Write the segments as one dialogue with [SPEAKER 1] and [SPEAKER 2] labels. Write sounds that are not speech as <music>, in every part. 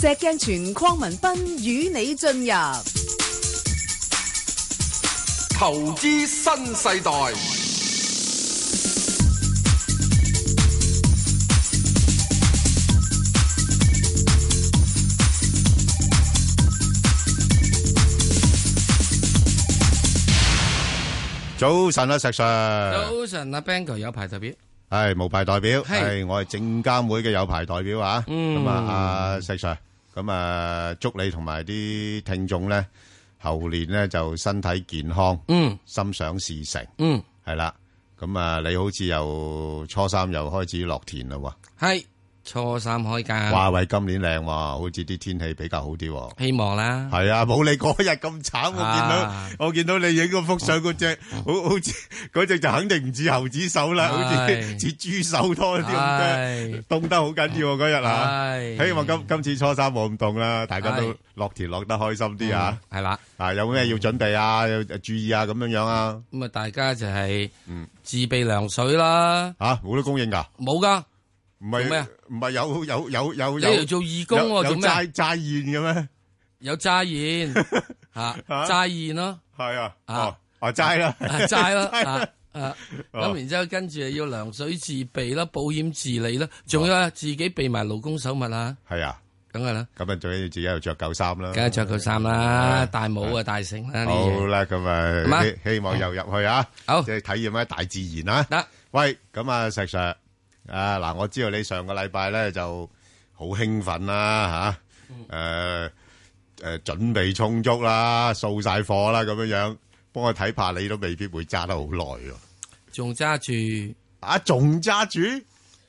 [SPEAKER 1] 石鏡泉鄺民彬與你進入
[SPEAKER 2] 投資新世代。
[SPEAKER 3] 早晨啊，石Sir。
[SPEAKER 4] 早晨啊，Bang 哥有排代表，
[SPEAKER 3] 係，無牌代表。
[SPEAKER 4] 係。
[SPEAKER 3] 係，我係證監會嘅有牌代表啊。
[SPEAKER 4] 嗯。
[SPEAKER 3] 咁啊，啊，石Sir，咁啊，祝你同埋啲聽眾呢，猴年呢就身體健康，
[SPEAKER 4] 嗯嗯，
[SPEAKER 3] 心想事成。係啦。咁啊，你好似又初三又開始落田嘞喎。
[SPEAKER 4] 系初三開假，
[SPEAKER 3] 哇，喂，今年靚喎，好似啲天氣比較好啲喎。
[SPEAKER 4] 希望啦，
[SPEAKER 3] 系啊，冇你嗰日咁慘，我見
[SPEAKER 4] 啊
[SPEAKER 3] 到我見到你影嗰幅相嗰只，好好似嗰只就肯定唔似猴子手啦，好似
[SPEAKER 4] 係
[SPEAKER 3] 似豬手多啲咁
[SPEAKER 4] 係
[SPEAKER 3] 多，凍得好緊要啊嗰日啊！
[SPEAKER 4] 係
[SPEAKER 3] 希望今今次初三冇咁凍啦，大家都
[SPEAKER 4] 係
[SPEAKER 3] 落田落得開心啲啊！
[SPEAKER 4] 系啦，
[SPEAKER 3] 啊，有咩要準備啊？有注意啊，咁樣樣啊？
[SPEAKER 4] 咁啊大家就係
[SPEAKER 3] 嗯
[SPEAKER 4] 自備涼水啦，
[SPEAKER 3] 吓，冇得供應㗎，
[SPEAKER 4] 冇噶，
[SPEAKER 3] 唔
[SPEAKER 4] 做咩
[SPEAKER 3] 係
[SPEAKER 4] 啊
[SPEAKER 3] 唔係有有有有
[SPEAKER 4] 你
[SPEAKER 3] 有
[SPEAKER 4] 嚟做義工
[SPEAKER 3] 有有
[SPEAKER 4] 喎，做咩？
[SPEAKER 3] 齋齋宴嘅咩？
[SPEAKER 4] 有齋宴吓，
[SPEAKER 3] 啊
[SPEAKER 4] 齋宴咯，
[SPEAKER 3] 係啊，
[SPEAKER 4] 啊
[SPEAKER 3] 哦，啊齋啦，
[SPEAKER 4] 啊齋咯啊啊，
[SPEAKER 3] <laughs> 哦
[SPEAKER 4] 咁然之後跟住要涼水自備啦，保險自理啦，仲有啊自己備埋勞工手物啊，
[SPEAKER 3] 係啊，
[SPEAKER 4] 梗係啦，
[SPEAKER 3] 咁啊最緊要自己又着夠衫啦。
[SPEAKER 4] 梗係着佢衫
[SPEAKER 3] 啊
[SPEAKER 4] 啦，戴帽啊，戴成啦呢啲嘢
[SPEAKER 3] 好。啦，咁啊，
[SPEAKER 4] 係嘛
[SPEAKER 3] 希希望又入去啊，
[SPEAKER 4] 好
[SPEAKER 3] 即系體驗下大自然啊。
[SPEAKER 4] 得
[SPEAKER 3] 喂，咁啊，石 Sir 啊，嗱，我知道你上個禮拜咧就好興奮啦吓，誒誒準備充足啦，掃晒貨啦咁樣樣，幫我睇怕你都未必會揸得好耐喎。
[SPEAKER 4] 仲揸住，
[SPEAKER 3] 啊，仲揸住？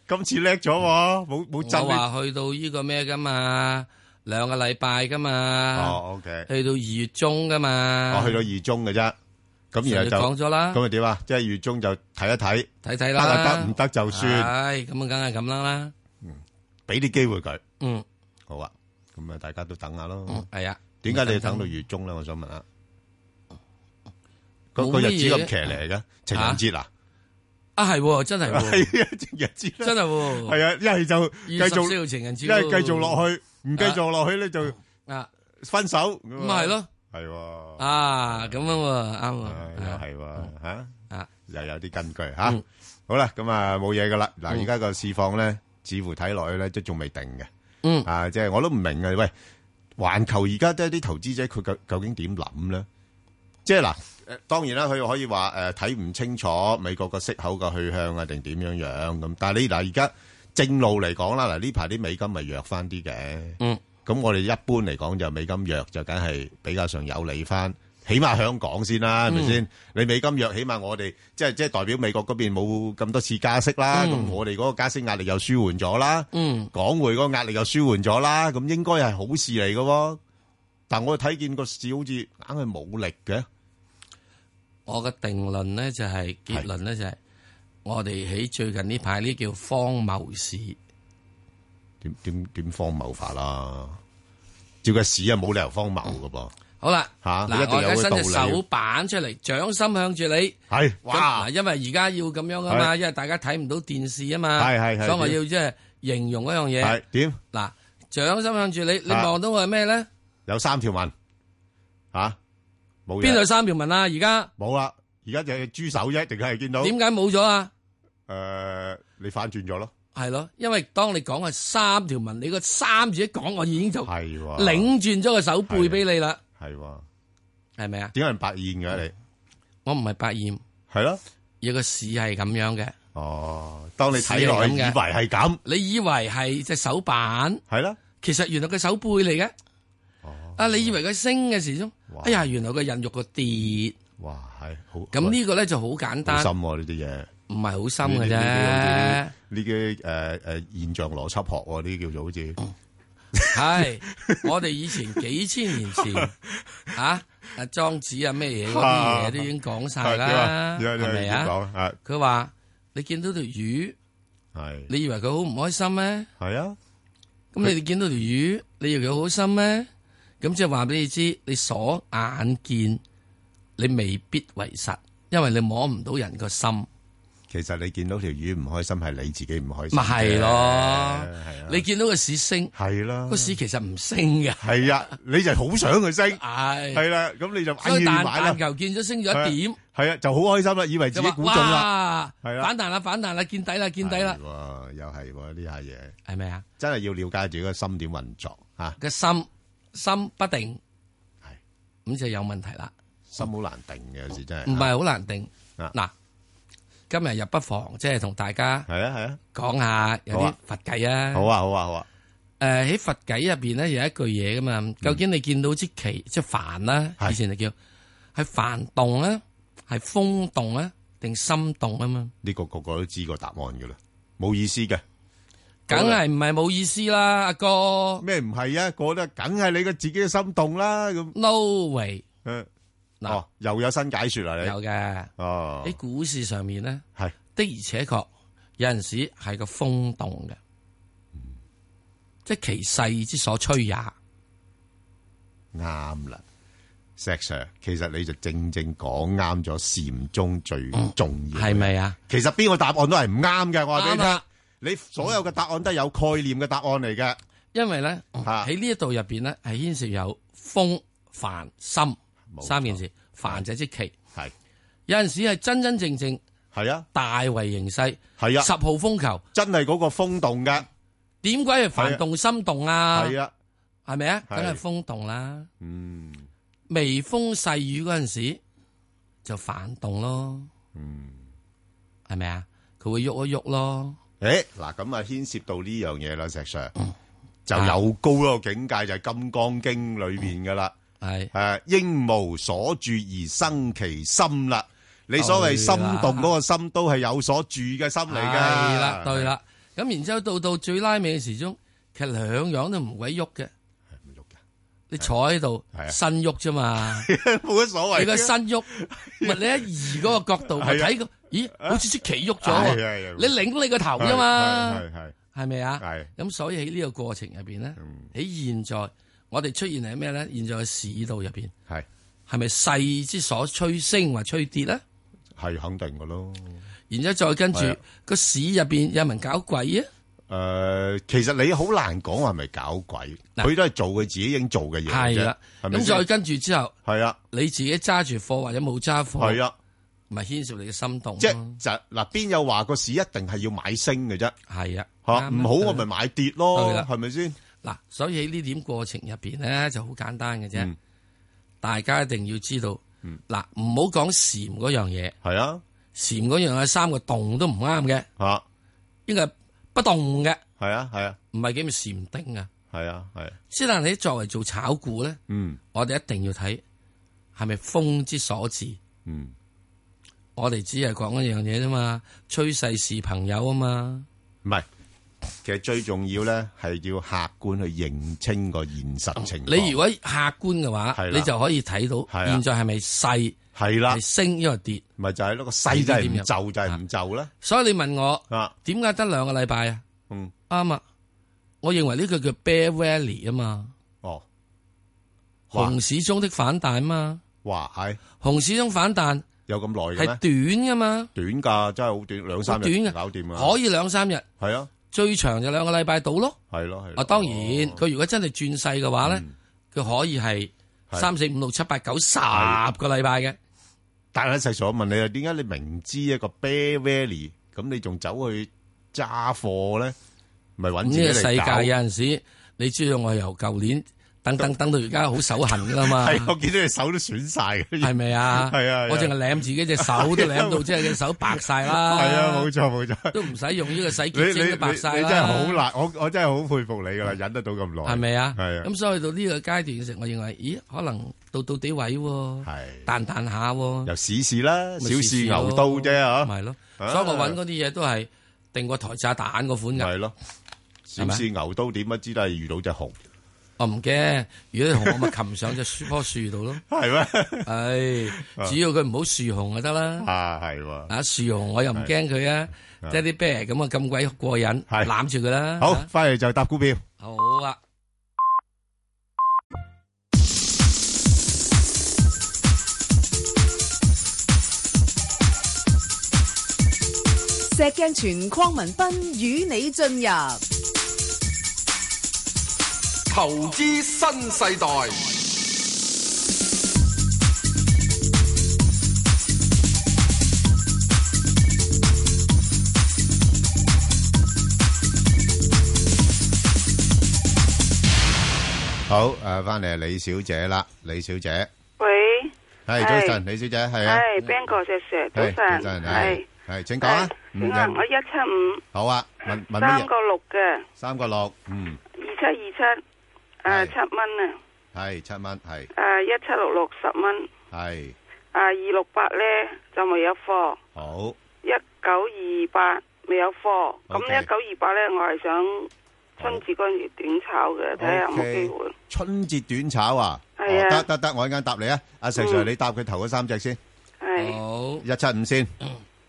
[SPEAKER 3] 今次叻咗喎，冇冇
[SPEAKER 4] 我
[SPEAKER 3] 真呢？
[SPEAKER 4] 話去到呢個咩噶嘛，兩個禮拜噶嘛，
[SPEAKER 3] 哦，OK，
[SPEAKER 4] 去到二月中噶嘛，
[SPEAKER 3] 我去到二中嘅啫，咁然後
[SPEAKER 4] 講
[SPEAKER 3] 就
[SPEAKER 4] 咗啦，
[SPEAKER 3] 咁啊點啊？即係月中就睇一睇，
[SPEAKER 4] 睇睇
[SPEAKER 3] 得
[SPEAKER 4] 啦，
[SPEAKER 3] 啊得，唔得就算。
[SPEAKER 4] 唉，咁啊，梗係咁啦啦，
[SPEAKER 3] 俾啲機會佢。
[SPEAKER 4] 嗯，
[SPEAKER 3] 好啊，咁啊，大家都等下咯。
[SPEAKER 4] 係啊，
[SPEAKER 3] 點解你要等到月中咧？我想問下，個
[SPEAKER 4] 冇
[SPEAKER 3] 個日
[SPEAKER 4] 乜
[SPEAKER 3] 子咁
[SPEAKER 4] 嘢
[SPEAKER 3] 騎呢嘅情人節啊，
[SPEAKER 4] 啊係喎，真係喎，
[SPEAKER 3] 係啊， <laughs> 情人節啦，
[SPEAKER 4] 真係喎，
[SPEAKER 3] 係啊，一係就
[SPEAKER 4] 二
[SPEAKER 3] 繼
[SPEAKER 4] 十四
[SPEAKER 3] 續，
[SPEAKER 4] 號情人節
[SPEAKER 3] 一
[SPEAKER 4] 喎，
[SPEAKER 3] 係繼續落去，唔繼續落去咧就
[SPEAKER 4] 啊，
[SPEAKER 3] 分手。
[SPEAKER 4] 咁
[SPEAKER 3] 咁
[SPEAKER 4] 咪係，咯，
[SPEAKER 3] 係喎，
[SPEAKER 4] 啊，咁樣喎，啱
[SPEAKER 3] 唉哎又
[SPEAKER 4] 啊，
[SPEAKER 3] 係喎，嚇
[SPEAKER 4] 啊，
[SPEAKER 3] 又有啲根據嚇
[SPEAKER 4] 嗯。
[SPEAKER 3] 好啦，咁啊冇嘢噶啦。嗱，
[SPEAKER 4] 嗯
[SPEAKER 3] 而家個市況咧，似乎睇落去咧都仲未定嘅。
[SPEAKER 4] 嗯
[SPEAKER 3] 啊，即係我都唔明啊！喂，環球而家都啲投資者佢究究竟點諗咧？即係嗱，誒當然啦，佢可以話誒睇唔清楚美國個息口嘅去向啊，定點樣樣咁。但係你嗱而家正路嚟講啦，嗱呢排啲美金咪弱翻啲嘅。
[SPEAKER 4] 嗯。
[SPEAKER 3] 咁我哋一般嚟講就美金弱就梗係比較上有利翻，起碼香港先啦，係咪先？你美金弱，起碼我哋即係即係代表美國嗰邊冇咁多次加息啦，咁、
[SPEAKER 4] 嗯
[SPEAKER 3] 我哋嗰個加息壓力又舒緩咗啦。
[SPEAKER 4] 嗯，
[SPEAKER 3] 港匯嗰個壓力又舒緩咗啦，咁應該係好事嚟嘅喎。但我睇見個市好似硬係冇力嘅，
[SPEAKER 4] 我嘅定論咧就係結論咧就係，我哋喺最近呢排呢叫荒謬市。
[SPEAKER 3] 點點點荒謬法啦？照個市啊，冇理由荒謬嘅噃，
[SPEAKER 4] 好啦，
[SPEAKER 3] 嚇啊你一
[SPEAKER 4] 嗯嗱，
[SPEAKER 3] 定
[SPEAKER 4] 我而家
[SPEAKER 3] 有個
[SPEAKER 4] 伸隻
[SPEAKER 3] 道理
[SPEAKER 4] 手板出嚟，掌心向住你。
[SPEAKER 3] 係
[SPEAKER 4] 哇！
[SPEAKER 3] 哇
[SPEAKER 4] 嗱，因為而家要咁樣啊嘛，因為大家睇唔到電視啊嘛，
[SPEAKER 3] 係係係
[SPEAKER 4] 所以我要即係形容一樣嘢
[SPEAKER 3] 係。點
[SPEAKER 4] 嗱，掌心向住你，你
[SPEAKER 3] 啊
[SPEAKER 4] 望到我係咩咧？
[SPEAKER 3] 有三條紋嚇冇
[SPEAKER 4] 邊度有
[SPEAKER 3] 嘢
[SPEAKER 4] 三條紋啊？而家
[SPEAKER 3] 冇啦，而家就係豬手啫，定係見到
[SPEAKER 4] 點解冇咗啊？
[SPEAKER 3] 誒你反轉咗咯，
[SPEAKER 4] 係咯，因為當你講係三條紋，你個三字一講，我已經就
[SPEAKER 3] 係喎，
[SPEAKER 4] 哦擰轉咗個手背俾你啦，
[SPEAKER 3] 係喎，
[SPEAKER 4] 係咪啊？
[SPEAKER 3] 點解唔白現嘅你
[SPEAKER 4] 我唔係百厭，
[SPEAKER 3] 係咯？
[SPEAKER 4] 而個市係咁樣嘅。
[SPEAKER 3] 哦，當你睇落去以
[SPEAKER 4] 市
[SPEAKER 3] 為係
[SPEAKER 4] 係咁
[SPEAKER 3] 咁，
[SPEAKER 4] 你以為係隻手板，
[SPEAKER 3] 係啦，
[SPEAKER 4] 其實原來佢手背嚟嘅。
[SPEAKER 3] 哦，
[SPEAKER 4] 啊！你以為佢升嘅時鐘
[SPEAKER 3] 哇，
[SPEAKER 4] 哎呀，原來個孕肉個跌，
[SPEAKER 3] 哇，係好
[SPEAKER 4] 咁呢個咧就好簡單
[SPEAKER 3] 好，深喎呢啲嘢。
[SPEAKER 4] 唔係好深嘅
[SPEAKER 3] 呢啲
[SPEAKER 4] 啫
[SPEAKER 3] 呢。啲呢啲誒誒現象邏輯學喎，呢啲叫做好似
[SPEAKER 4] <laughs> 係我哋以前幾千年
[SPEAKER 3] <laughs>
[SPEAKER 4] 前啊，啊莊子啊咩嘢嗰啲嘢都已經講晒
[SPEAKER 3] 係
[SPEAKER 4] 啦，係
[SPEAKER 3] 點啊
[SPEAKER 4] 咪
[SPEAKER 3] 點
[SPEAKER 4] 啊？
[SPEAKER 3] 講啊？
[SPEAKER 4] 佢話你見到條魚，
[SPEAKER 3] 係
[SPEAKER 4] 你以為佢好唔開心咩？
[SPEAKER 3] 係啊，
[SPEAKER 4] 咁你哋見到條魚，你以為佢好心咩？咁即係話俾你知，你所眼見，你未必為實，因為你摸唔到人個心。
[SPEAKER 3] 其實你見到條魚唔開心，係你自己唔開心。
[SPEAKER 4] 咪係
[SPEAKER 3] 係
[SPEAKER 4] 咯
[SPEAKER 3] 啊，
[SPEAKER 4] 你見到個市升，
[SPEAKER 3] 係啦，
[SPEAKER 4] 個市其實唔升嘅，
[SPEAKER 3] 係啊，你就好想佢升，
[SPEAKER 4] 係。
[SPEAKER 3] 係啦，咁你就
[SPEAKER 4] 所
[SPEAKER 3] 買
[SPEAKER 4] 以
[SPEAKER 3] 要
[SPEAKER 4] 彈
[SPEAKER 3] 買
[SPEAKER 4] 彈
[SPEAKER 3] 啦，
[SPEAKER 4] 球見咗升咗一點，
[SPEAKER 3] 係啊，就好開心啦，以為自
[SPEAKER 4] 就
[SPEAKER 3] 己
[SPEAKER 4] 話
[SPEAKER 3] 估中啦，
[SPEAKER 4] 哇，
[SPEAKER 3] 係啦
[SPEAKER 4] 反彈啦，反彈啦，見底啦，見底啦，
[SPEAKER 3] 係喎，又係喎呢下嘢，
[SPEAKER 4] 係咪啊？
[SPEAKER 3] 真係要了解自己個心點運作嚇，
[SPEAKER 4] 個心心不定，
[SPEAKER 3] 係
[SPEAKER 4] 咁就有問題啦。
[SPEAKER 3] 心好難定嘅有時真係。
[SPEAKER 4] 唔係好難定。
[SPEAKER 3] 啊
[SPEAKER 4] 嗱，今日入不妨即係同大家
[SPEAKER 3] 係啊係啊，
[SPEAKER 4] 講下有
[SPEAKER 3] 好
[SPEAKER 4] 啲
[SPEAKER 3] 啊
[SPEAKER 4] 佛偈啊。
[SPEAKER 3] 好啊好啊好啊，
[SPEAKER 4] 誒喺佛偈入邊咧有一句嘢噶嘛，究竟你見到支旗即係幡啦，
[SPEAKER 3] 係
[SPEAKER 4] 以前就叫係幡動啊，係風動啊，定心動啊嘛？
[SPEAKER 3] 呢個個個都知個答案㗎啦，冇意思嘅。
[SPEAKER 4] 梗係唔係冇意思啦，阿哥
[SPEAKER 3] 咩唔係啊？個都梗係你嘅自己嘅心動啦咁。
[SPEAKER 4] ，no way
[SPEAKER 3] 誒
[SPEAKER 4] 嗱
[SPEAKER 3] 哦，又有新解説啦你。
[SPEAKER 4] 有嘅
[SPEAKER 3] 哦，
[SPEAKER 4] 喺股市上面咧，
[SPEAKER 3] 係
[SPEAKER 4] 的而且確有陣時係個風動嘅，即係其勢之所趨也。
[SPEAKER 3] 啱啦。石 Sir，其實你就正正講啱咗禪宗最重要。
[SPEAKER 4] 係？咪啊？
[SPEAKER 3] 其實邊個答案都係唔啱嘅，我話俾你
[SPEAKER 4] 啱啊
[SPEAKER 3] 聽
[SPEAKER 4] 啦。
[SPEAKER 3] 你所有嘅答案都係有概念嘅答案嚟嘅，
[SPEAKER 4] 因為咧喺呢一度入邊咧係牽涉有風、凡、心
[SPEAKER 3] 冇錯
[SPEAKER 4] 三件事，凡就即其。
[SPEAKER 3] 係
[SPEAKER 4] 有陣時係真真正正
[SPEAKER 3] 係啊
[SPEAKER 4] 大為形勢，
[SPEAKER 3] 係
[SPEAKER 4] 十
[SPEAKER 3] 啊，
[SPEAKER 4] 號風球，
[SPEAKER 3] 真係嗰個風動嘅，
[SPEAKER 4] 點鬼係凡動心動啊？
[SPEAKER 3] 係啊，
[SPEAKER 4] 係咪啊？
[SPEAKER 3] 係
[SPEAKER 4] 梗係風動啦，
[SPEAKER 3] 嗯
[SPEAKER 4] 微風細雨嗰陣時就反動咯，
[SPEAKER 3] 嗯。
[SPEAKER 4] 係咪啊？佢會喐一喐咯，
[SPEAKER 3] 诶，嗱，咁啊，牽涉到呢樣嘢啦，石 Sir，就有高一個境界，就係《金剛經》裏边噶啦，
[SPEAKER 4] 係
[SPEAKER 3] 诶，應無所住而生其心啦。你所謂
[SPEAKER 4] 係
[SPEAKER 3] 心
[SPEAKER 4] 啦
[SPEAKER 3] 動嗰個心，都係有所住嘅心嚟嘅。
[SPEAKER 4] 係啦，對，啦。咁然之後到到最拉尾嘅時鐘，其實兩樣都唔鬼喐嘅。
[SPEAKER 3] 唔喐
[SPEAKER 4] 你坐喺度
[SPEAKER 3] 係啊
[SPEAKER 4] 身喐
[SPEAKER 3] <laughs>
[SPEAKER 4] 啫嘛，
[SPEAKER 3] 嘅， <laughs> 冇乜所謂。
[SPEAKER 4] 你個身
[SPEAKER 3] <laughs>
[SPEAKER 4] 喐，咪你喺移嗰個角度咪
[SPEAKER 3] 係啊
[SPEAKER 4] 睇個，咦，好似出奇喐咗
[SPEAKER 3] 係
[SPEAKER 4] 喎，
[SPEAKER 3] 係係
[SPEAKER 4] 你擰你個頭啫
[SPEAKER 3] 係
[SPEAKER 4] 嘛，
[SPEAKER 3] 係係
[SPEAKER 4] 係咪啊？
[SPEAKER 3] 係嗯
[SPEAKER 4] 咁所以喺呢個過程入邊咧，喺現在我哋出現係咩咧？現在嘅市道入邊
[SPEAKER 3] 係
[SPEAKER 4] 係咪勢之所趨升或趨跌咧？
[SPEAKER 3] 係肯定嘅咯。
[SPEAKER 4] 然之後再跟住
[SPEAKER 3] 係啊
[SPEAKER 4] 個市入邊有人搞鬼啊？
[SPEAKER 3] 诶，其實你好難講係咪搞鬼，
[SPEAKER 4] 嗱
[SPEAKER 3] 佢都係做佢自己應做嘅嘢
[SPEAKER 4] 係
[SPEAKER 3] 啫
[SPEAKER 4] 啦，。
[SPEAKER 3] 係咪
[SPEAKER 4] 咁
[SPEAKER 3] 先
[SPEAKER 4] 再跟住之後，
[SPEAKER 3] 係啊，
[SPEAKER 4] 你自己揸住貨或者冇揸
[SPEAKER 3] 係
[SPEAKER 4] 貨，
[SPEAKER 3] 啊。
[SPEAKER 4] 咪牽涉你嘅心動
[SPEAKER 3] 即
[SPEAKER 4] 咯。
[SPEAKER 3] 就嗱，邊有話個市一定係要買升嘅啫？
[SPEAKER 4] 係啊，啱
[SPEAKER 3] 吓
[SPEAKER 4] 啊
[SPEAKER 3] 唔好我咪買跌咯
[SPEAKER 4] 對，啦
[SPEAKER 3] 係咪先？
[SPEAKER 4] 嗱，所以喺呢點過程入邊咧就好簡單嘅啫，
[SPEAKER 3] 嗯
[SPEAKER 4] 大家一定要知道。嗱、唔好講禪嗰樣嘢，
[SPEAKER 3] 係啊，
[SPEAKER 4] 禪嗰樣嘢三個動都唔啱嘅，
[SPEAKER 3] 吓
[SPEAKER 4] 應該係不動嘅，
[SPEAKER 3] 係啊，係啊，
[SPEAKER 4] 唔係叫咩禪定啊。
[SPEAKER 3] 係啊，係啊，
[SPEAKER 4] 之但你作為做炒股咧，
[SPEAKER 3] 嗯
[SPEAKER 4] 我哋一定要睇係咪風之所至。
[SPEAKER 3] 嗯，
[SPEAKER 4] 我哋只係講一樣嘢啫嘛，趨勢是朋友啊嘛。
[SPEAKER 3] 唔係，其實最重要咧係要客觀去認清個現實情況。
[SPEAKER 4] 哦你如果客觀嘅話，
[SPEAKER 3] 係啦
[SPEAKER 4] 你就可以睇到
[SPEAKER 3] 係啊啊
[SPEAKER 4] 現在係咪勢
[SPEAKER 3] 係啦
[SPEAKER 4] 係，升因為跌。
[SPEAKER 3] 咪就係咯，個勢就係唔
[SPEAKER 4] 你點啊
[SPEAKER 3] 就就係唔就啦。
[SPEAKER 4] 所以你問我。
[SPEAKER 3] 啊，
[SPEAKER 4] 點解得兩個禮拜啊？
[SPEAKER 3] 嗯，
[SPEAKER 4] 啱啊！我認為呢個叫 Bear Valley 啊嘛，
[SPEAKER 3] 哦，哇
[SPEAKER 4] 熊市中的反彈嘛，
[SPEAKER 3] 哇，係
[SPEAKER 4] 熊市中反彈
[SPEAKER 3] 有咁耐嘅
[SPEAKER 4] 係
[SPEAKER 3] 咩？
[SPEAKER 4] 短噶嘛，
[SPEAKER 3] 短㗎，真係好短，兩三
[SPEAKER 4] 好短
[SPEAKER 3] 日
[SPEAKER 4] 嘅
[SPEAKER 3] 搞掂啊！
[SPEAKER 4] 可以兩三日，
[SPEAKER 3] 係啊，
[SPEAKER 4] 最長就兩個禮拜到咯。
[SPEAKER 3] 係咯，係咯。
[SPEAKER 4] 啊，當然
[SPEAKER 3] 哦嗯
[SPEAKER 4] 佢如果真係轉勢嘅話咧，佢可以係
[SPEAKER 3] 係
[SPEAKER 4] 三四五六七八九十
[SPEAKER 3] 係
[SPEAKER 4] 個禮拜嘅。
[SPEAKER 3] 但係細 Sir，我問你啊，點解你明知一個 bear valley，咁你仲走去揸貨咧？咪
[SPEAKER 4] 咁
[SPEAKER 3] 揾自己
[SPEAKER 4] 呢個世
[SPEAKER 3] 嚟搞？
[SPEAKER 4] 界有陣時，你知道我由舊年
[SPEAKER 3] <laughs>
[SPEAKER 4] 等等等到而家好手痕噶啦嘛。
[SPEAKER 3] 係我見到你手都損晒嘅。
[SPEAKER 4] 係咪啊？
[SPEAKER 3] 係啊係啊啊
[SPEAKER 4] 我淨係舐自己隻手都舐到，即係隻手白晒啦。
[SPEAKER 3] <laughs> 係啊，冇錯冇錯。
[SPEAKER 4] 都唔使用呢個洗
[SPEAKER 3] 你你
[SPEAKER 4] 潔
[SPEAKER 3] 你你
[SPEAKER 4] 精都
[SPEAKER 3] 真
[SPEAKER 4] 白晒啦，
[SPEAKER 3] 係好，難，我我真係好佩服你噶啦，忍得到咁耐。
[SPEAKER 4] 係咪啊？
[SPEAKER 3] 係啊
[SPEAKER 4] 咁所以到呢個階段嘅時候，我認為，咦，可能到到底位喎，
[SPEAKER 3] 係
[SPEAKER 4] 彈彈下喎，
[SPEAKER 3] 由市事啦，
[SPEAKER 4] 咪
[SPEAKER 3] 小試
[SPEAKER 4] 試試
[SPEAKER 3] 牛
[SPEAKER 4] 咯
[SPEAKER 3] 刀啫嚇，
[SPEAKER 4] 咪咯。
[SPEAKER 3] 啊
[SPEAKER 4] 所以我揾嗰啲嘢都係定過台炸彈嗰款㗎，
[SPEAKER 3] 係咯。小
[SPEAKER 4] 係咪
[SPEAKER 3] 試牛刀點不知都係遇到只熊，
[SPEAKER 4] 我唔驚。如果你紅，我咪擒上只樹棵樹
[SPEAKER 3] <laughs>
[SPEAKER 4] 度咯。
[SPEAKER 3] 係咩？
[SPEAKER 4] 唉，只要佢唔好樹紅就得啦。
[SPEAKER 3] 啊係喎。
[SPEAKER 4] 啊，樹紅我又唔驚佢啊，即係啲啤咁啊咁鬼過癮，
[SPEAKER 3] 係
[SPEAKER 4] 攬住佢啦。
[SPEAKER 3] 好，翻嚟就搭股票。
[SPEAKER 4] 好啊。
[SPEAKER 1] 石鏡泉邝文斌與你進入
[SPEAKER 2] 投資新世代，
[SPEAKER 3] 好，誒，返嚟係李小姐啦，李小姐。係，
[SPEAKER 5] 喂，
[SPEAKER 3] 早
[SPEAKER 5] 係。
[SPEAKER 3] 晨，李小姐，係啊。
[SPEAKER 5] 系 Ben 哥石 Sir，早
[SPEAKER 3] 係，
[SPEAKER 5] 晨，
[SPEAKER 3] 早晨，係，
[SPEAKER 5] 係
[SPEAKER 3] 係，請講啊，
[SPEAKER 5] 係
[SPEAKER 3] 嗯，
[SPEAKER 5] 點
[SPEAKER 6] Ờ,
[SPEAKER 5] 啊？我一七
[SPEAKER 3] 好啊，問-
[SPEAKER 5] 五
[SPEAKER 3] 問乜嘢？
[SPEAKER 5] 三個六嘅，
[SPEAKER 3] 三個六，嗯，係，
[SPEAKER 5] 二七二七，诶七
[SPEAKER 3] 係
[SPEAKER 6] À,
[SPEAKER 5] 蚊啊，诶一七六六十蚊，
[SPEAKER 3] 七蚊，係，係，好，
[SPEAKER 5] 啊
[SPEAKER 6] À,
[SPEAKER 5] 二六八咧就未有貨，一九二八未有貨，咁
[SPEAKER 3] OK Dạ.
[SPEAKER 5] 一九二八咧我係想春節嗰陣時短炒嘅，睇下有冇
[SPEAKER 3] OK，
[SPEAKER 5] 機會。
[SPEAKER 3] 春節短炒啊？
[SPEAKER 5] 係啊。
[SPEAKER 3] 哦，得，得，得，我一陣答你啊，阿石 Sir，
[SPEAKER 5] 嗯。
[SPEAKER 3] 你答佢頭嗰三隻先，Ờ.
[SPEAKER 5] 係
[SPEAKER 4] 好
[SPEAKER 3] 175先，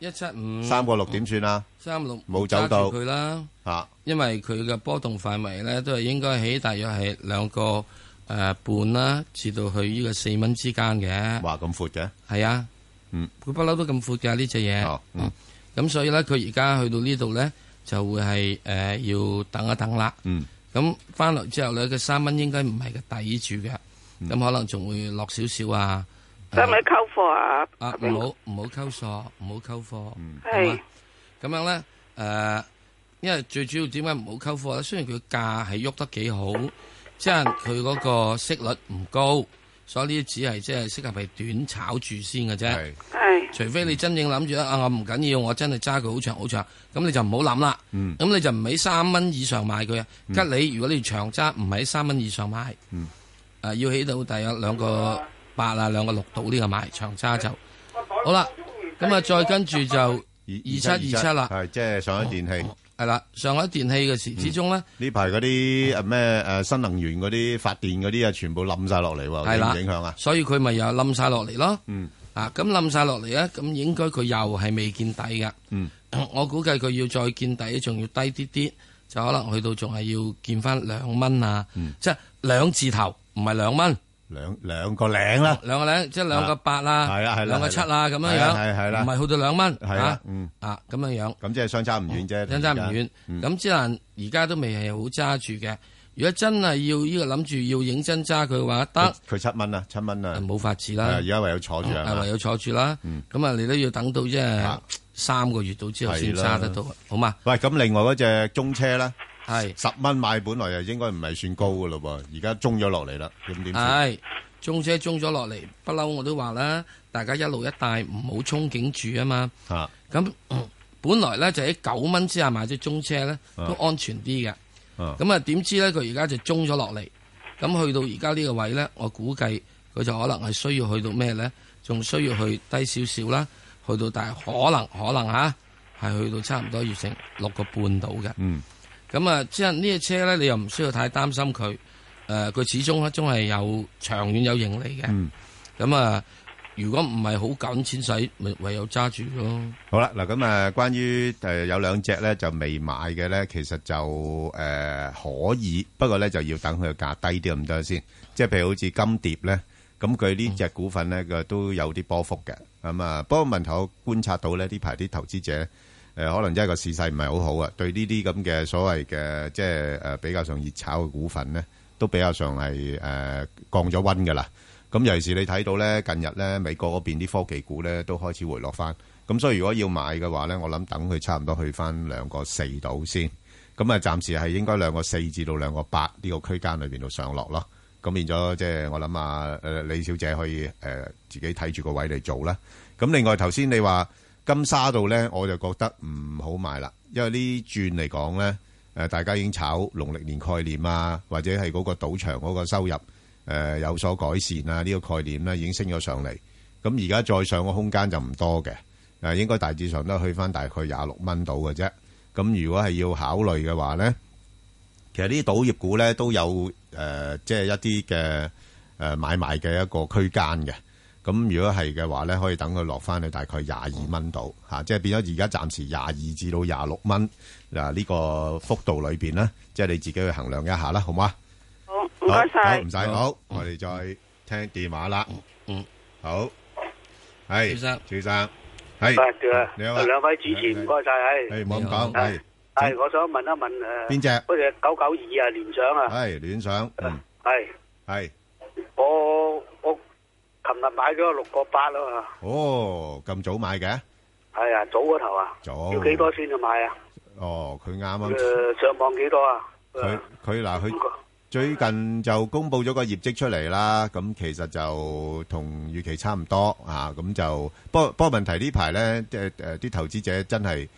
[SPEAKER 4] 一七五
[SPEAKER 3] 3.6點算啊？
[SPEAKER 4] 三六
[SPEAKER 3] 冇走到
[SPEAKER 4] 揸住佢啦，因為佢嘅波動範圍咧都係應該喺大約係兩個誒、呃半啦，至到去呢個四蚊之間嘅，
[SPEAKER 3] 啊，哇，咁闊嘅？
[SPEAKER 4] 係啊，
[SPEAKER 3] 嗯，
[SPEAKER 4] 佢不嬲都咁闊㗎呢只嘢，
[SPEAKER 3] 哦，嗯，
[SPEAKER 4] 咁所以咧佢而家去到呢度咧就會係誒、呃要等一等啦。
[SPEAKER 3] ừ.
[SPEAKER 4] 咁翻嚟之後咧，佢三蚊應該唔係個底住嘅，咁、
[SPEAKER 3] 嗯
[SPEAKER 4] 可能仲會落少少啊。
[SPEAKER 5] 使唔使溝貨
[SPEAKER 6] à,
[SPEAKER 5] 啊？
[SPEAKER 3] À,
[SPEAKER 4] 啊，
[SPEAKER 3] 嗯
[SPEAKER 4] 唔好唔好溝數，唔好溝貨，
[SPEAKER 5] 係
[SPEAKER 4] 嘛咁樣咧，誒、因為最主要點解唔好溝貨咧？雖然佢價係喐得幾好，即係佢嗰個息率唔高，所以呢啲只係即係適合係短炒住先嘅啫。
[SPEAKER 3] 係，
[SPEAKER 5] 係
[SPEAKER 4] 除非你真正諗住啊，我唔緊要，我真係揸佢好長好長，咁你就唔好諗啦。咁、
[SPEAKER 3] 嗯
[SPEAKER 4] 你就唔喺三蚊以上買佢啊。吉你如果你長揸唔喺三蚊以上買，
[SPEAKER 3] 嗯
[SPEAKER 4] 啊要起到大約兩個八啊兩個六度呢個買長揸就好啦。咁啊再跟住就
[SPEAKER 3] 二-
[SPEAKER 4] 二七
[SPEAKER 3] 二七，
[SPEAKER 4] 二七啦，
[SPEAKER 3] 係，即係上海電氣。
[SPEAKER 4] 係啦。上海電器嘅時之中咧，
[SPEAKER 3] 呢排嗰啲誒咩誒新能源嗰啲發電嗰啲啊，全部冧晒落嚟喎，
[SPEAKER 4] 係
[SPEAKER 3] 有
[SPEAKER 4] 啦
[SPEAKER 3] 冇影響啊？
[SPEAKER 4] 所以佢咪又冧晒落嚟咯。
[SPEAKER 3] 嗯
[SPEAKER 4] 啊，咁冧晒落嚟咧，咁應該佢又係未見底㗎。
[SPEAKER 3] 嗯，
[SPEAKER 4] <coughs> 我估計佢要再見底，仲要低啲啲，就可能去到仲係要見翻兩蚊啊，
[SPEAKER 3] 嗯
[SPEAKER 4] 即係兩字頭，唔係兩蚊，
[SPEAKER 3] 兩兩個零啦，
[SPEAKER 4] 兩個零，即係兩個八啦，
[SPEAKER 3] 啊係啦係啦
[SPEAKER 4] 兩個七啦咁樣
[SPEAKER 3] 係啦係
[SPEAKER 4] 樣，
[SPEAKER 3] 係啦
[SPEAKER 4] 唔係去到兩蚊，
[SPEAKER 3] 係啦
[SPEAKER 4] 啊，
[SPEAKER 3] 嗯
[SPEAKER 4] 啊咁樣樣，
[SPEAKER 3] 咁即係相差唔遠啫，
[SPEAKER 4] 真真唔遠。
[SPEAKER 3] 嗯
[SPEAKER 4] 咁之但而家都未係好揸住嘅，如果真係要呢個諗住要認真揸佢嘅話，
[SPEAKER 3] 而家。
[SPEAKER 4] 得
[SPEAKER 3] 佢佢七蚊啊，七蚊啊，
[SPEAKER 4] 冇法子
[SPEAKER 3] 係
[SPEAKER 4] 啦
[SPEAKER 3] 而。家唯有坐住
[SPEAKER 4] 啊，
[SPEAKER 3] 啊
[SPEAKER 4] 唯，有坐住啦。咁啊，你都要等到即係
[SPEAKER 3] 啊
[SPEAKER 4] 三個月到之後先
[SPEAKER 3] 係啦
[SPEAKER 4] 揸得到，啊好嘛？
[SPEAKER 3] 喂，咁另外嗰只中車咧，
[SPEAKER 4] 係
[SPEAKER 3] 十蚊買本來就應該唔係算高噶咯喎，而家中咗落嚟啦，咁點算？
[SPEAKER 4] 係中車中咗落嚟，不嬲我都話啦，大家一路一帶唔好憧憬住啊嘛。
[SPEAKER 3] 嚇
[SPEAKER 4] 咁嗯本來咧就喺九蚊之下買咗中車咧，都安全啲嘅。
[SPEAKER 3] 啊
[SPEAKER 4] 咁啊，點知咧佢而家就中咗落嚟，咁去到而家呢個位咧，我估計佢就可能係需要去到咩咧？仲需要去低少少啦，去到大可能可能吓，係去到差唔多要成六個半到嘅。
[SPEAKER 3] 嗯，
[SPEAKER 4] 咁啊，即係呢只車咧，你又唔需要太擔心佢。誒、佢始終都係有長遠有盈利嘅。
[SPEAKER 3] 嗯
[SPEAKER 4] 咁啊、如果唔係好緊錢使，咪唯有揸住咯。
[SPEAKER 3] 好啦，嗱咁啊，關於誒有兩隻咧就未買嘅咧，其實就誒、呃可以，不過咧就要等佢價低啲咁多先。即係譬如好似金蝶咧，咁佢呢只股份咧佢都有啲波幅嘅。咁啊，不過問題我觀察到咧呢排啲投資者誒、呃可能真係個市勢唔係好好啊，對呢啲咁嘅所謂嘅即係誒比較上熱炒嘅股份咧，都比較上係誒、呃降咗温㗎啦。咁尤其是你睇到咧，近日咧美國嗰邊啲科技股咧都開始回落翻，咁所以如果要買嘅話咧，我諗等佢差唔多去翻兩個四度先，咁啊暫時係應該兩個四至到兩個八呢個區間裏邊度上落咯。咁變咗即係我諗啊，誒李小姐可以誒、呃自己睇住個位嚟做啦。咁另外頭先你話金沙度咧，我就覺得唔好買啦，因為呢轉嚟講咧，誒、大家已經炒農曆年概念啊，或者係嗰個賭場嗰個收入。誒、有所改善啊，呢、個概念咧已經升咗上嚟。咁而家再上個空間就唔多嘅，誒、應該大致上都去翻大概廿六蚊到嘅啫。咁如果係要考慮嘅話咧，其實呢啲賭業股咧都有誒、即係一啲嘅誒買賣嘅一個區間嘅。咁如果係嘅話咧，可以等佢落翻去大概廿二蚊度嚇，即係變咗而家暫時廿二至到廿六蚊嗱呢個幅度裏邊咧，即係你自己去衡量一下啦，好嗎？
[SPEAKER 5] 好，唔
[SPEAKER 3] Ờ,
[SPEAKER 5] 該晒。
[SPEAKER 3] 好，唔使，好，我哋再聽電話啦。
[SPEAKER 4] 嗯。
[SPEAKER 3] 好，係，
[SPEAKER 4] 趙生。
[SPEAKER 3] 趙生，係
[SPEAKER 7] 啊對啊
[SPEAKER 3] 你好啊
[SPEAKER 7] 兩位主持
[SPEAKER 3] 係
[SPEAKER 7] 唔該晒，係
[SPEAKER 6] <laughs>
[SPEAKER 3] 係冇咁講，係
[SPEAKER 7] 係係，我想問一問誒
[SPEAKER 3] 邊隻
[SPEAKER 7] 嗰只九九二啊，聯想啊，
[SPEAKER 3] 係聯想，嗯
[SPEAKER 7] 係
[SPEAKER 3] 係，
[SPEAKER 7] 我我琴日買咗六個八啊嘛，
[SPEAKER 3] 哦咁早買嘅，
[SPEAKER 7] 係啊，早嗰頭啊，
[SPEAKER 3] 早
[SPEAKER 7] 要幾多先至買啊？
[SPEAKER 3] 哦佢啱啱
[SPEAKER 7] 誒上網幾多啊？
[SPEAKER 3] 佢佢嗱佢
[SPEAKER 7] 誒。
[SPEAKER 3] 最近就公布咗個業績出嚟啦，咁其實就同預期差唔多啊，咁就不過不過問題呢排呢，即係誒啲投資者真係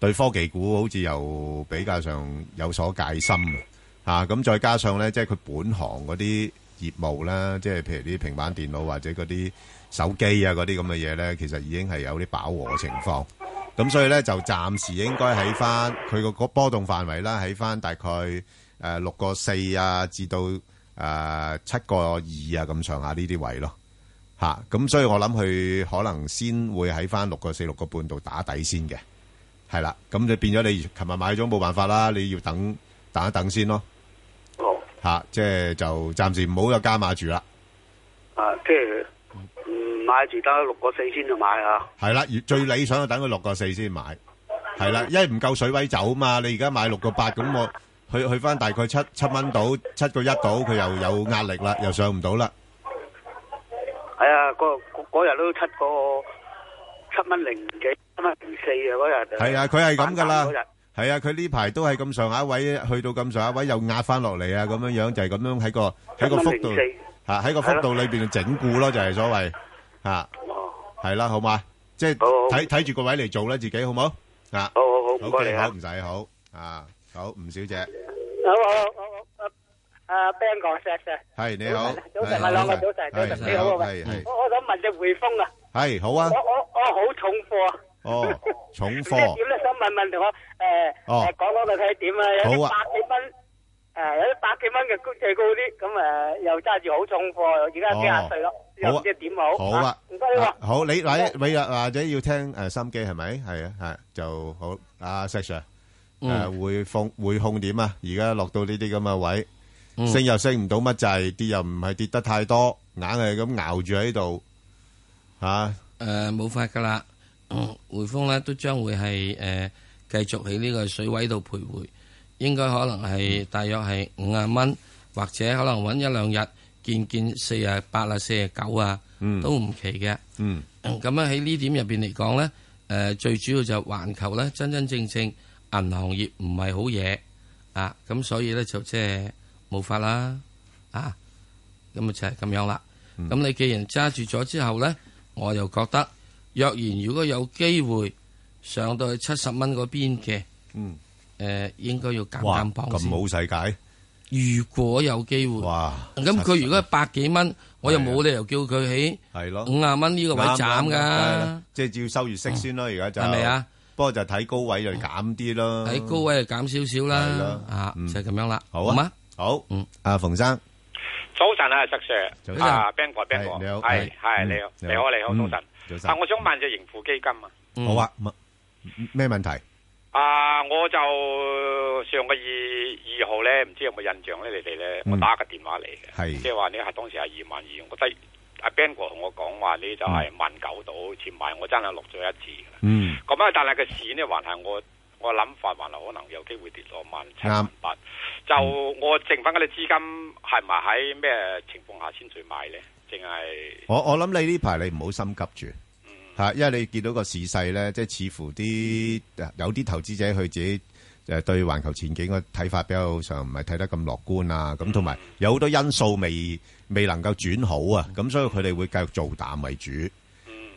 [SPEAKER 3] 對科技股好似又比較上有所戒心啊，咁再加上呢，即係佢本行嗰啲業務啦，即係譬如啲平板電腦或者嗰啲手機啊嗰啲咁嘅嘢呢，其實已經係有啲飽和嘅情況。咁所以咧就暫時應該喺翻佢個個波動範圍啦，喺翻大概誒六個四啊，至到誒七個二啊咁上下呢啲位咯，嚇、咁所以我諗佢可能先會喺翻六個四、六個半度打底先嘅，係啦。咁就變咗你琴日買咗冇辦法啦，你要等等一等先咯，
[SPEAKER 7] 哦，
[SPEAKER 3] 嚇、即係就暫時唔好有加碼住啦。
[SPEAKER 7] 啊，即係唔買住得六個四先就買啊！
[SPEAKER 3] 係啦，越最理想就等佢六個四先買，係啦，因為唔夠水位走嘛。你而家買六個八，咁我去去翻大概七七蚊到七個一到，佢又有壓力啦，又上唔到啦。
[SPEAKER 7] 係啊，嗰嗰日都七個七蚊零幾，七蚊零四啊嗰日。
[SPEAKER 3] 係啊，佢係咁噶啦
[SPEAKER 7] 反彈嗰日。
[SPEAKER 3] 係啊，佢呢排都係咁上下位，去到咁上下位又壓翻落嚟啊，咁樣樣就係咁樣喺個喺個幅度
[SPEAKER 7] 1.04
[SPEAKER 3] 嚇喺個幅度裏邊整固咯，就係所謂嚇
[SPEAKER 7] 哦，
[SPEAKER 3] 係啦，好嘛？即係
[SPEAKER 7] 好
[SPEAKER 3] 睇睇住個位嚟做啦，自己好冇啊
[SPEAKER 7] 好好好，唔該你
[SPEAKER 3] ？OK，好
[SPEAKER 7] 啊。
[SPEAKER 3] 唔使好啊，好吳小姐。
[SPEAKER 8] 好好好好，阿啊 Ben 講 s
[SPEAKER 3] 系你好，
[SPEAKER 8] 早晨
[SPEAKER 3] 係
[SPEAKER 8] 啊，兩個早晨，早晨你好啊，
[SPEAKER 3] 係
[SPEAKER 8] 喂，
[SPEAKER 3] 係
[SPEAKER 8] 我我想問只匯豐啊，
[SPEAKER 3] 係係好
[SPEAKER 8] 我
[SPEAKER 3] 啊，
[SPEAKER 8] 我我好重貨，啊
[SPEAKER 3] 哦，重
[SPEAKER 8] 唔知
[SPEAKER 3] 科
[SPEAKER 8] 點咧，想問問我誒
[SPEAKER 3] 哦
[SPEAKER 8] 誒講講佢睇點啊，有啲
[SPEAKER 3] 好啊
[SPEAKER 8] 百幾蚊。誒有啲百幾蚊嘅高最高啲，咁誒又揸住好重貨，而家幾廿歲咯，又
[SPEAKER 3] 哦好
[SPEAKER 8] 唔
[SPEAKER 3] 啊
[SPEAKER 8] 知點好。
[SPEAKER 3] 好啊
[SPEAKER 8] 唔該你喎
[SPEAKER 3] 啊，好你嗱，你或者要聽诶心機係咪？係啊，係就好。阿石 Sir，诶
[SPEAKER 4] 嗯
[SPEAKER 3] 匯控匯控點啊？而家落到呢啲咁嘅位，
[SPEAKER 4] 嗯
[SPEAKER 3] 升又升唔到乜滯，跌又唔係跌得太多，硬係咁熬住喺度吓。
[SPEAKER 4] 誒呃冇法噶啦，嗯匯豐咧都將會係誒、呃、繼續喺呢個水位度徘徊，應該可能係大約係五啊蚊，或者可能揾一兩日見見四啊八啊四啊九啊，
[SPEAKER 3] 嗯
[SPEAKER 4] 都唔奇嘅。
[SPEAKER 3] 嗯，
[SPEAKER 4] 咁樣喺呢點入邊嚟講咧，誒、最主要就係環球咧真真正正銀行業唔係好嘢啊，咁所以咧就即係冇法啦啊，咁啊就係咁樣啦。
[SPEAKER 3] 嗯
[SPEAKER 4] 咁、你既然揸住咗之後咧，我又覺得若然如果有機會上到去七十蚊嗰邊嘅，
[SPEAKER 3] 嗯，
[SPEAKER 4] 誒、應該要減
[SPEAKER 3] 哇，
[SPEAKER 4] 減磅
[SPEAKER 3] 咁
[SPEAKER 4] 先。
[SPEAKER 3] 冇世界，
[SPEAKER 4] 如果有機會，
[SPEAKER 3] 哇！
[SPEAKER 4] 咁佢如果係百幾蚊，我又冇理由叫佢喺
[SPEAKER 3] 係咯
[SPEAKER 4] 五廿蚊呢個位斬
[SPEAKER 3] 啊啱
[SPEAKER 4] 㗎
[SPEAKER 3] 啦。，即係照收月息先咯，而家就
[SPEAKER 4] 係咪啊？
[SPEAKER 3] 不過就睇高位就減啲咯，
[SPEAKER 4] 喺高位就減少少
[SPEAKER 3] 係
[SPEAKER 4] 啦
[SPEAKER 3] 啦，
[SPEAKER 4] 啊，
[SPEAKER 3] 嗯
[SPEAKER 4] 就係咁樣啦，
[SPEAKER 3] 好啊，
[SPEAKER 4] 嗎？
[SPEAKER 3] 好，
[SPEAKER 4] 嗯，
[SPEAKER 3] 阿馮生，
[SPEAKER 9] 早晨啊，石 Sir，
[SPEAKER 3] 早
[SPEAKER 4] 晨
[SPEAKER 9] 啊，Ben 哥，Ben 哥，
[SPEAKER 3] 係，你好，
[SPEAKER 9] 係
[SPEAKER 3] 係，
[SPEAKER 9] 係
[SPEAKER 3] 嗯，
[SPEAKER 9] 你好，
[SPEAKER 3] 你
[SPEAKER 9] 你
[SPEAKER 3] 好，
[SPEAKER 9] 好，你好，
[SPEAKER 3] 嗯，
[SPEAKER 9] 早晨。
[SPEAKER 3] 早晨，
[SPEAKER 9] 啊，我想問只盈富基金啊，
[SPEAKER 4] 嗯
[SPEAKER 3] 好啊，乜-咩問題？
[SPEAKER 9] 啊，我就上個月二號咧，唔知有冇印象咧？你哋咧，
[SPEAKER 3] 嗯
[SPEAKER 9] 我打個電話嚟
[SPEAKER 3] 係
[SPEAKER 9] 嘅，即係話呢係當時係二萬二，我低阿 Ben 哥同我講話呢就
[SPEAKER 3] 嗯
[SPEAKER 9] 係萬九度好似買，我真係落咗一次㗎啦。咁啊，但係個市呢，還係我我諗法，還係可能有機會跌落萬七萬八。就我剩翻嗰啲資金係咪喺咩情況下先至買咧？淨係嗯
[SPEAKER 3] 我-呃我諗你呢排你唔好心急住，嚇，因為你見到個市勢呢，即係似乎啲，有啲投資者佢自己，誒，對環球前景嘅睇法比較上唔係睇得咁樂觀啊，咁同埋有好多因素未-未能夠轉好啊，咁所以佢哋會繼續做淡為主。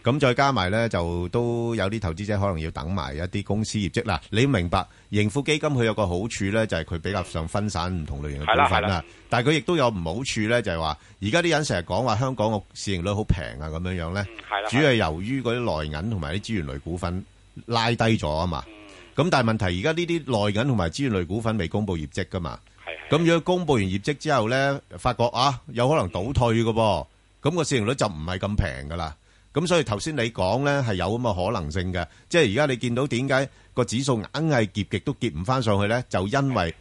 [SPEAKER 3] 咁再加埋咧，就都有啲投資者可能要等埋一啲公司業績。嗱，你要明白盈富基金佢有個好處咧，就係佢比較上分散唔同類型嘅
[SPEAKER 9] 係啦
[SPEAKER 3] 股份
[SPEAKER 9] 係
[SPEAKER 3] 啦
[SPEAKER 9] 啦。
[SPEAKER 3] 但係佢亦都有唔好處咧，就係話而家啲人成日講話香港個市盈率好平啊，咁樣樣咧
[SPEAKER 9] 嗯，係啦
[SPEAKER 3] 主要係由於嗰啲內銀同埋啲資源類股份拉低咗啊嘛。
[SPEAKER 9] 嗯
[SPEAKER 3] 咁但係問題而家呢啲內銀同埋資源類股份未公布業績噶嘛。
[SPEAKER 9] 係係
[SPEAKER 3] 咁如果公布完業績之後咧，發覺啊有可能倒退嘅噃，咁個市盈率就唔係咁平噶啦。咁所以頭先你講咧係有咁嘅可能性嘅，即係而家你見到點解個指數硬係夾極都夾唔翻上去咧？就因為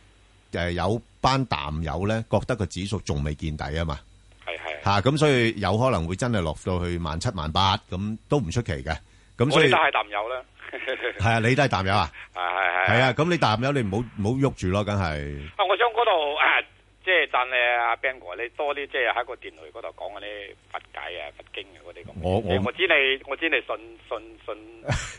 [SPEAKER 3] 誒有班淡友咧覺得個指數仲未見底啊嘛。
[SPEAKER 9] 係係
[SPEAKER 3] 吓咁、所以有可能會真係落到去萬七萬八咁都唔出奇嘅。咁咁
[SPEAKER 9] 我
[SPEAKER 3] 所以
[SPEAKER 9] 哋都係淡友啦， <laughs>
[SPEAKER 3] 系啊，你都係淡友啊？
[SPEAKER 9] 係係
[SPEAKER 3] 係啊，咁你淡友你唔好唔好喐住咯，梗係
[SPEAKER 9] 啊，我想嗰度啊，即係讚你啊阿 Ben 哥，你多啲即係喺個電台嗰度講嗰啲佛解啊、佛經啊嗰啲咁嘅嘢。
[SPEAKER 3] 我我
[SPEAKER 9] 我知你，我知你信信信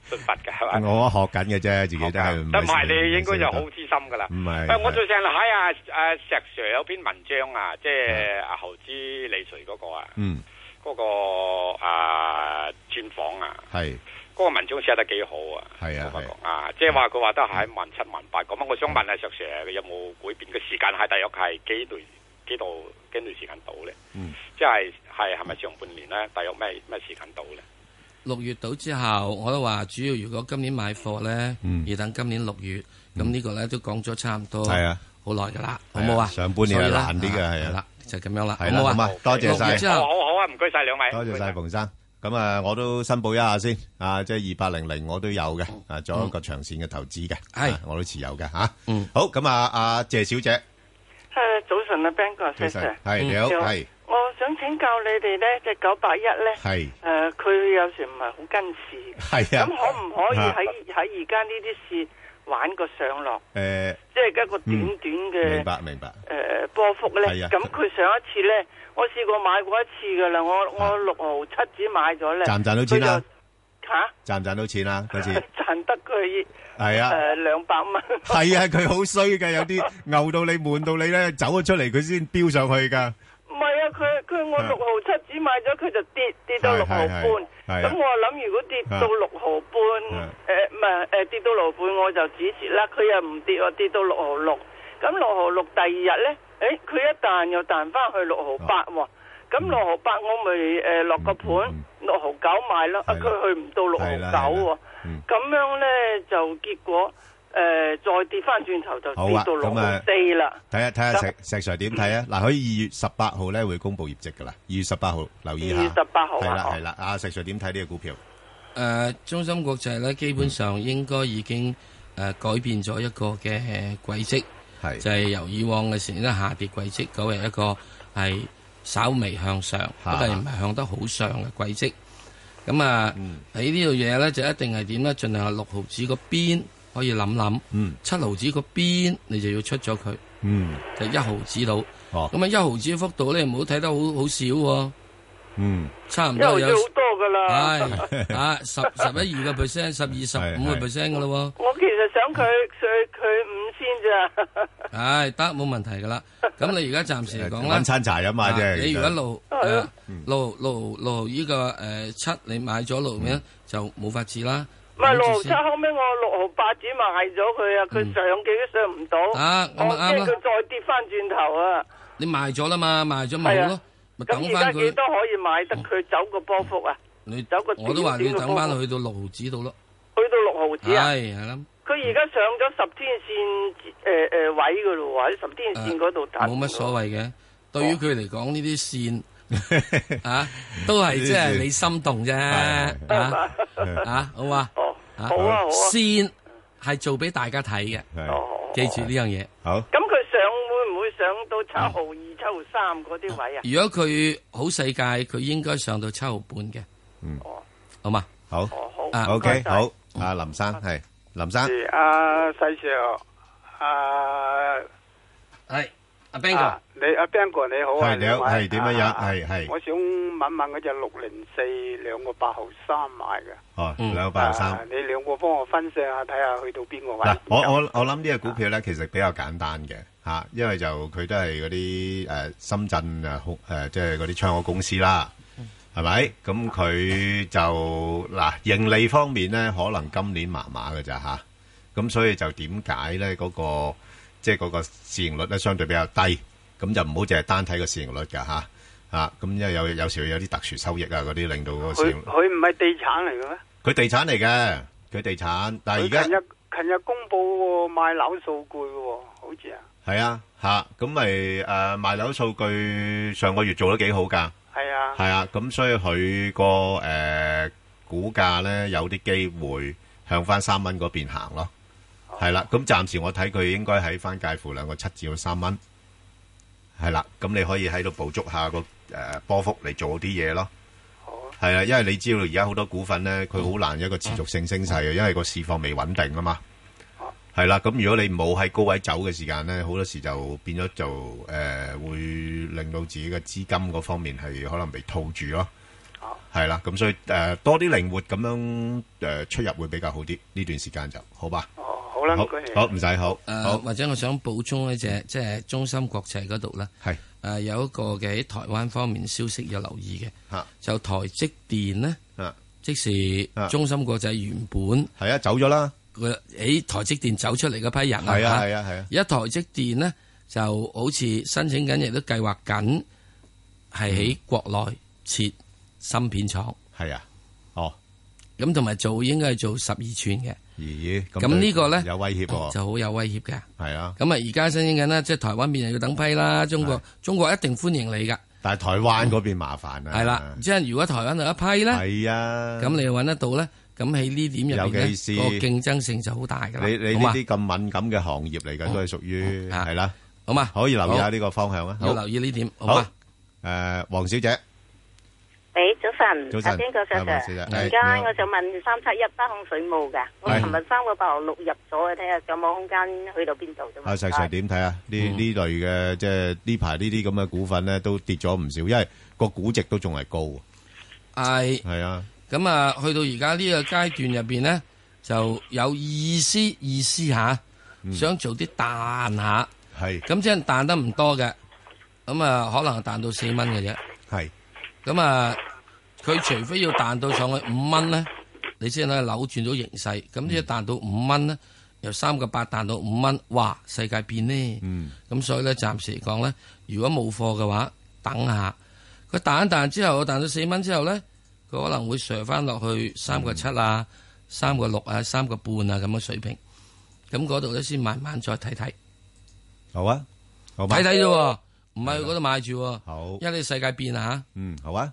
[SPEAKER 9] 信佛嘅係
[SPEAKER 3] <laughs>
[SPEAKER 9] 咪？
[SPEAKER 3] 我學緊嘅啫，自己都係唔係
[SPEAKER 9] 但唔係你應該就好知心噶啦。
[SPEAKER 3] 唔係
[SPEAKER 9] 喂我最近睇阿阿石 Sir 有篇文章啊，即係阿侯之李垂嗰個啊，
[SPEAKER 3] 嗯
[SPEAKER 9] 嗰個啊專訪啊。
[SPEAKER 3] 係
[SPEAKER 9] 嗰個文章寫得幾好啊！
[SPEAKER 3] 係啊
[SPEAKER 9] 我發覺
[SPEAKER 3] 係
[SPEAKER 9] 啊，即係話佢話得喺萬七萬八咁啊！我想問下石 Sir 有冇改變嘅時間係大約係幾段幾度幾段時間到咧？
[SPEAKER 3] 嗯，
[SPEAKER 9] 即係係係咪上半年咧？大約咩咩時間到咧？
[SPEAKER 4] 六月到之後，我都話主要如果今年買貨咧，要等今年六月。咁呢個咧都講咗差唔多，
[SPEAKER 3] 嗯係啊，
[SPEAKER 4] 好耐㗎啦，
[SPEAKER 3] 係
[SPEAKER 4] 好
[SPEAKER 3] 啊
[SPEAKER 4] 冇啊？
[SPEAKER 3] 上半年係
[SPEAKER 4] 所以啦
[SPEAKER 3] 難啲嘅
[SPEAKER 4] 啊
[SPEAKER 3] 係啊
[SPEAKER 4] 係啦，就咁樣啦，好
[SPEAKER 3] 係啦
[SPEAKER 4] 冇
[SPEAKER 3] 好
[SPEAKER 4] 啊
[SPEAKER 3] 啊？多謝晒
[SPEAKER 4] 六月之
[SPEAKER 9] 好
[SPEAKER 4] 後
[SPEAKER 9] 好好啊！唔該晒兩位，
[SPEAKER 3] 多謝晒
[SPEAKER 9] 唔該
[SPEAKER 3] 馮生。咁啊，我都申報一下先啊，即係二八零零我都有嘅，啊，做一個長線嘅投資嘅，
[SPEAKER 4] 係
[SPEAKER 3] 啊我都持有嘅吓。
[SPEAKER 4] 嗯
[SPEAKER 3] 好，咁啊，阿謝小姐，
[SPEAKER 6] 诶，早晨啊，Ben 哥，
[SPEAKER 3] 其實
[SPEAKER 6] 石 Sir，
[SPEAKER 3] 係你好，
[SPEAKER 6] 你好
[SPEAKER 3] 係
[SPEAKER 6] 我想請教你哋咧，只九八一咧，
[SPEAKER 3] 係
[SPEAKER 6] 诶，佢有時唔係好跟市，
[SPEAKER 3] 係
[SPEAKER 6] 咁
[SPEAKER 3] 啊，
[SPEAKER 6] 可唔可以
[SPEAKER 3] 啊
[SPEAKER 6] 喺喺而家呢啲市玩個上落，
[SPEAKER 3] 誒，
[SPEAKER 6] 即係一個短短
[SPEAKER 3] 嗯明
[SPEAKER 6] 嘅
[SPEAKER 3] 白明白，
[SPEAKER 6] 诶呃波幅咧
[SPEAKER 3] 係啊？
[SPEAKER 6] 咁佢上一次咧，我試過買過一次噶啦，我
[SPEAKER 3] 啊
[SPEAKER 6] 我六毫七子買咗咧，
[SPEAKER 3] 賺唔賺到錢啊
[SPEAKER 6] 佢就？吓，
[SPEAKER 3] 賺唔賺到錢啊？
[SPEAKER 9] <laughs>
[SPEAKER 3] 嗰次
[SPEAKER 6] <laughs> 賺得佢
[SPEAKER 3] 係啊。
[SPEAKER 6] 诶兩百蚊，
[SPEAKER 3] <laughs> 系啊，佢好衰嘅，有啲牛到你闷到你咧，走咗出嚟佢先飆上去噶。
[SPEAKER 6] 唔係啊，佢佢我
[SPEAKER 3] 啊
[SPEAKER 6] 六毫七子買咗，佢就跌跌到六毫半。
[SPEAKER 3] 係係係係啊
[SPEAKER 6] 咁我諗如果跌到六毫
[SPEAKER 3] 啊
[SPEAKER 6] 半，誒唔係誒跌到六毫半我就止蝕啦。佢又唔跌喎，我跌到六毫六。咁六毫六第二日咧，誒佢一彈又彈翻去六毫八喎。咁六毫八我咪誒落個盤
[SPEAKER 3] 啊嗯
[SPEAKER 6] 六毫九買咯。啊
[SPEAKER 3] 係
[SPEAKER 6] 佢
[SPEAKER 3] 啦
[SPEAKER 6] 去唔到六毫
[SPEAKER 3] 係啦係
[SPEAKER 6] 九
[SPEAKER 3] 啦
[SPEAKER 6] 喎
[SPEAKER 3] 嗯。
[SPEAKER 6] 咁樣咧就結果誒再跌翻轉頭就
[SPEAKER 3] 好啊
[SPEAKER 6] 跌到六
[SPEAKER 3] 咁
[SPEAKER 6] 毫
[SPEAKER 3] 啊
[SPEAKER 6] 四啦。
[SPEAKER 3] 睇下睇下石石 Sir 點睇啊？嗱，佢二月十八號咧會公布業績噶啦，二月十八號留意下。
[SPEAKER 6] 二月18號啊
[SPEAKER 3] 係啦
[SPEAKER 6] 哦
[SPEAKER 3] 係啦，阿石 Sir 點睇呢個股票？
[SPEAKER 4] 誒、中心國際咧，基本
[SPEAKER 3] 嗯
[SPEAKER 4] 上應該已經誒、改變咗一個嘅誒軌跡，
[SPEAKER 3] 係
[SPEAKER 4] 就係由以往嘅時咧下跌軌跡，改為一個係稍微向上，不
[SPEAKER 3] 嚇
[SPEAKER 4] 過唔係向得好上嘅軌跡。咁啊，
[SPEAKER 3] 嗯
[SPEAKER 4] 喺呢度嘢咧就一定係點咧？盡量係六毫子個邊可以諗諗，
[SPEAKER 3] 嗯
[SPEAKER 4] 七毫子個邊你就要出咗佢，
[SPEAKER 3] 嗯，
[SPEAKER 4] 就一毫子到。
[SPEAKER 3] 哦，
[SPEAKER 4] 咁啊，一毫子幅度咧唔好睇得好好少喎、
[SPEAKER 3] 嗯，
[SPEAKER 4] 差唔
[SPEAKER 6] 因為
[SPEAKER 4] 多
[SPEAKER 6] 好
[SPEAKER 4] 有
[SPEAKER 6] 似。好多噶 <laughs> 啦。
[SPEAKER 4] 系啊，十十一二個 percent，十二十五個 percent 噶咯
[SPEAKER 6] 我其實想佢
[SPEAKER 4] 嗯
[SPEAKER 6] 佢佢五千咋，
[SPEAKER 4] 喎，唉，得冇問題噶啦。咁你而家暫時嚟講
[SPEAKER 3] 搵
[SPEAKER 4] 啦，
[SPEAKER 3] 餐茶飲下
[SPEAKER 4] 啊
[SPEAKER 3] 啫。
[SPEAKER 4] 你
[SPEAKER 3] 其實
[SPEAKER 4] 如果啊六
[SPEAKER 6] 係咯
[SPEAKER 4] 誒六六六依個诶七，你買咗六咩就冇法子啦。
[SPEAKER 6] 唔係六
[SPEAKER 4] 咁
[SPEAKER 6] 毫
[SPEAKER 4] 至
[SPEAKER 6] 七，
[SPEAKER 4] 先
[SPEAKER 6] 後尾我六毫八子賣咗佢啊，佢上幾都上唔到，
[SPEAKER 4] 嗯啊咁
[SPEAKER 6] 我
[SPEAKER 4] 咪啱
[SPEAKER 6] 驚
[SPEAKER 4] 啦
[SPEAKER 6] 佢再跌翻轉頭啊！
[SPEAKER 4] 你賣咗啦嘛，賣咗咪好咯，咪
[SPEAKER 6] 咁
[SPEAKER 4] 等
[SPEAKER 6] 而家
[SPEAKER 4] 翻
[SPEAKER 6] 幾
[SPEAKER 4] 佢。哦
[SPEAKER 6] 多可以買得佢走個波幅啊？
[SPEAKER 4] 你
[SPEAKER 6] 走個
[SPEAKER 4] 我都話你
[SPEAKER 6] 短短嘅
[SPEAKER 4] 等翻
[SPEAKER 6] 波
[SPEAKER 4] 去到六毫子度咯。
[SPEAKER 6] 去到六毫子啊！
[SPEAKER 4] 係係啦，
[SPEAKER 6] 佢而家上咗十天線誒誒位噶咯喎，喺十天線嗰度打。
[SPEAKER 4] 啊冇乜所謂
[SPEAKER 6] 哦
[SPEAKER 4] 嘅。對於佢嚟講，呢啲線啊，都係即係你心動啫。
[SPEAKER 3] 係
[SPEAKER 4] 啊啊，好嘛？
[SPEAKER 6] 哦，
[SPEAKER 4] 啊
[SPEAKER 6] 好啊好啊，
[SPEAKER 4] 先係做俾大家睇嘅，
[SPEAKER 3] <laughs> 係
[SPEAKER 6] 哦，
[SPEAKER 4] 記住呢樣嘢。
[SPEAKER 3] 好
[SPEAKER 6] 咁佢上會唔會上到七毫二、七毫三嗰啲位啊？
[SPEAKER 4] 如果佢好世界，佢應該上到七毫半嘅。
[SPEAKER 3] 嗯
[SPEAKER 6] 哦，
[SPEAKER 4] 好嘛？
[SPEAKER 3] 好
[SPEAKER 6] 哦好
[SPEAKER 4] 啊
[SPEAKER 3] ，OK，
[SPEAKER 6] 唔該晒
[SPEAKER 3] 好。阿林生係林生，
[SPEAKER 7] 阿細 Sir，啊
[SPEAKER 4] 係阿 Ben
[SPEAKER 7] 啊你阿 Ben 哥你好啊，
[SPEAKER 3] 係你好
[SPEAKER 7] 兩位
[SPEAKER 3] 係點樣樣
[SPEAKER 7] 啊
[SPEAKER 3] 係係
[SPEAKER 7] 我想問問嗰只六零四兩個八毫三買嘅，
[SPEAKER 3] 哦，
[SPEAKER 4] 嗯
[SPEAKER 3] 兩百三
[SPEAKER 7] 啊。你兩個幫我分析下，睇下去到邊個位？
[SPEAKER 3] 嗱，我我我谂呢只股票咧，其實比較簡單嘅吓，啊因為就佢都係嗰啲诶深圳诶空诶，即係嗰啲窗口公司啦，係咪？咁佢就嗱盈利方面咧，可能今年麻麻嘅咋吓，咁所以就點解咧嗰個即係嗰個市盈率咧相對比較低，咁就唔好淨係單睇個市盈率㗎吓啊，咁因為有有時會有啲特殊收益啊嗰啲，令到嗰個市
[SPEAKER 7] 佢
[SPEAKER 3] 盈率
[SPEAKER 7] 佢唔係地產嚟嘅咩？
[SPEAKER 3] 佢地產嚟嘅，佢地產，但係而
[SPEAKER 7] 佢
[SPEAKER 3] 家
[SPEAKER 7] 近。日近日公布個買樓數據喎，好似啊，
[SPEAKER 3] 系啊，吓咁咪诶卖楼数据上個月做得幾好㗎，
[SPEAKER 7] 係啊，
[SPEAKER 3] 係啊，咁所以佢個诶股價咧有啲機會向翻三蚊嗰邊行咯，係啦，咁暫時我睇佢應該喺翻介乎兩個七至到三蚊，係啦，咁你可以喺度捕捉下個诶波幅嚟做啲嘢咯，
[SPEAKER 7] 好啊。
[SPEAKER 3] 係啦，因為你知道而家好多股份咧，佢好難一個持續性升勢嘅，因為個市況未穩定啊嘛。係啦，咁如果你冇喺高位走嘅時間咧，好多時就變咗就誒、呃、會令到自己嘅資金嗰方面係可能被套住咯。係啦，咁所以誒、呃多啲靈活咁樣誒、呃出入會比較好啲，呢段時間就好吧。
[SPEAKER 7] 哦，好啦，唔該你。
[SPEAKER 3] 好唔使好，
[SPEAKER 4] 誒
[SPEAKER 3] 好
[SPEAKER 4] 呃或者我想補充一隻，即係中心國際嗰度咧，
[SPEAKER 3] 係
[SPEAKER 4] 誒有一個嘅喺台灣方面消息要留意嘅
[SPEAKER 3] 嚇，
[SPEAKER 4] 就台積電呢，
[SPEAKER 3] 啊，
[SPEAKER 4] 即是中心國際原本
[SPEAKER 3] 係啊，走咗啦，
[SPEAKER 4] 佢喺台積電走出嚟嗰批人
[SPEAKER 3] 係啊
[SPEAKER 4] 嚇
[SPEAKER 3] 係啊係啊，
[SPEAKER 4] 而家台積電呢，就好似申請緊，亦都計劃緊
[SPEAKER 3] 嗯
[SPEAKER 4] 係喺國內設芯片廠，
[SPEAKER 3] 係啊，哦，
[SPEAKER 4] 咁同埋做應該係做十二寸嘅，
[SPEAKER 3] 咦，
[SPEAKER 4] 咁呢個咧
[SPEAKER 3] 有威脅喎，
[SPEAKER 4] 就好有威脅嘅。
[SPEAKER 3] 係啊，
[SPEAKER 4] 咁啊，而家申請緊啦，即係台灣邊又要等批啦，中國中國一定歡迎你噶，
[SPEAKER 3] 但係台灣嗰邊麻煩啊，
[SPEAKER 4] 係啦。即係如果台灣有一批咧，
[SPEAKER 3] 係啊，
[SPEAKER 4] 咁你又揾得到咧，咁喺呢點入邊
[SPEAKER 3] 尤
[SPEAKER 4] 咧，
[SPEAKER 3] 其是
[SPEAKER 4] 個競爭性就好大噶啦。
[SPEAKER 3] 你你
[SPEAKER 4] 好
[SPEAKER 3] 呢
[SPEAKER 4] 嘛
[SPEAKER 3] 啲咁敏感嘅行業嚟嘅，都係屬於
[SPEAKER 4] 嗯啊
[SPEAKER 3] 係啦，
[SPEAKER 4] 好嘛，
[SPEAKER 3] 可以留意下
[SPEAKER 4] 好
[SPEAKER 3] 呢個方向啊。
[SPEAKER 4] 要
[SPEAKER 3] 好，
[SPEAKER 4] 留意呢點，好
[SPEAKER 3] 好
[SPEAKER 4] 嘛？，
[SPEAKER 3] 誒，黃小姐，
[SPEAKER 10] 喂，早晨，
[SPEAKER 3] 早晨
[SPEAKER 10] 阿邊個
[SPEAKER 3] 係黃小姐係
[SPEAKER 10] 而
[SPEAKER 3] 你
[SPEAKER 10] 家
[SPEAKER 3] 好
[SPEAKER 10] 我就問三七一北控水務噶，我
[SPEAKER 3] 係
[SPEAKER 10] 琴日三個八號六入咗，睇下有冇空間去到邊度啫嘛。
[SPEAKER 3] 阿石 Sir 點睇啊？呢呢類嘅即係呢排呢啲咁嘅股份咧，都跌咗唔少，因為個估值都仲係高。
[SPEAKER 4] 係。
[SPEAKER 3] 係啊，
[SPEAKER 4] 咁啊，去到而家呢個階段入邊呢，就有意思意思下，
[SPEAKER 3] 嗯
[SPEAKER 4] 想做啲彈下，
[SPEAKER 3] 係
[SPEAKER 4] 咁即係彈得唔多嘅，咁啊可能彈到四蚊嘅啫。
[SPEAKER 3] 係
[SPEAKER 4] 咁啊，佢除非要彈到上去五蚊呢，你先可以扭轉到形勢。
[SPEAKER 3] 嗯
[SPEAKER 4] 咁即係彈到五蚊呢，由三個八彈到五蚊，哇！世界變呢。
[SPEAKER 3] 嗯
[SPEAKER 4] 咁所以咧，暫時嚟講咧，如果冇貨嘅話，等下佢彈一彈之後，彈到四蚊之後咧，佢可能會上翻落去三個七啊、三個六啊、三個半啊咁嘅水平。咁嗰度咧先慢慢再睇睇，
[SPEAKER 3] 好啊，好嘛
[SPEAKER 4] 睇睇啫喎，唔係去嗰度買住喎，
[SPEAKER 3] 好，
[SPEAKER 4] 因為你世界變啊
[SPEAKER 3] 嗯，好啊，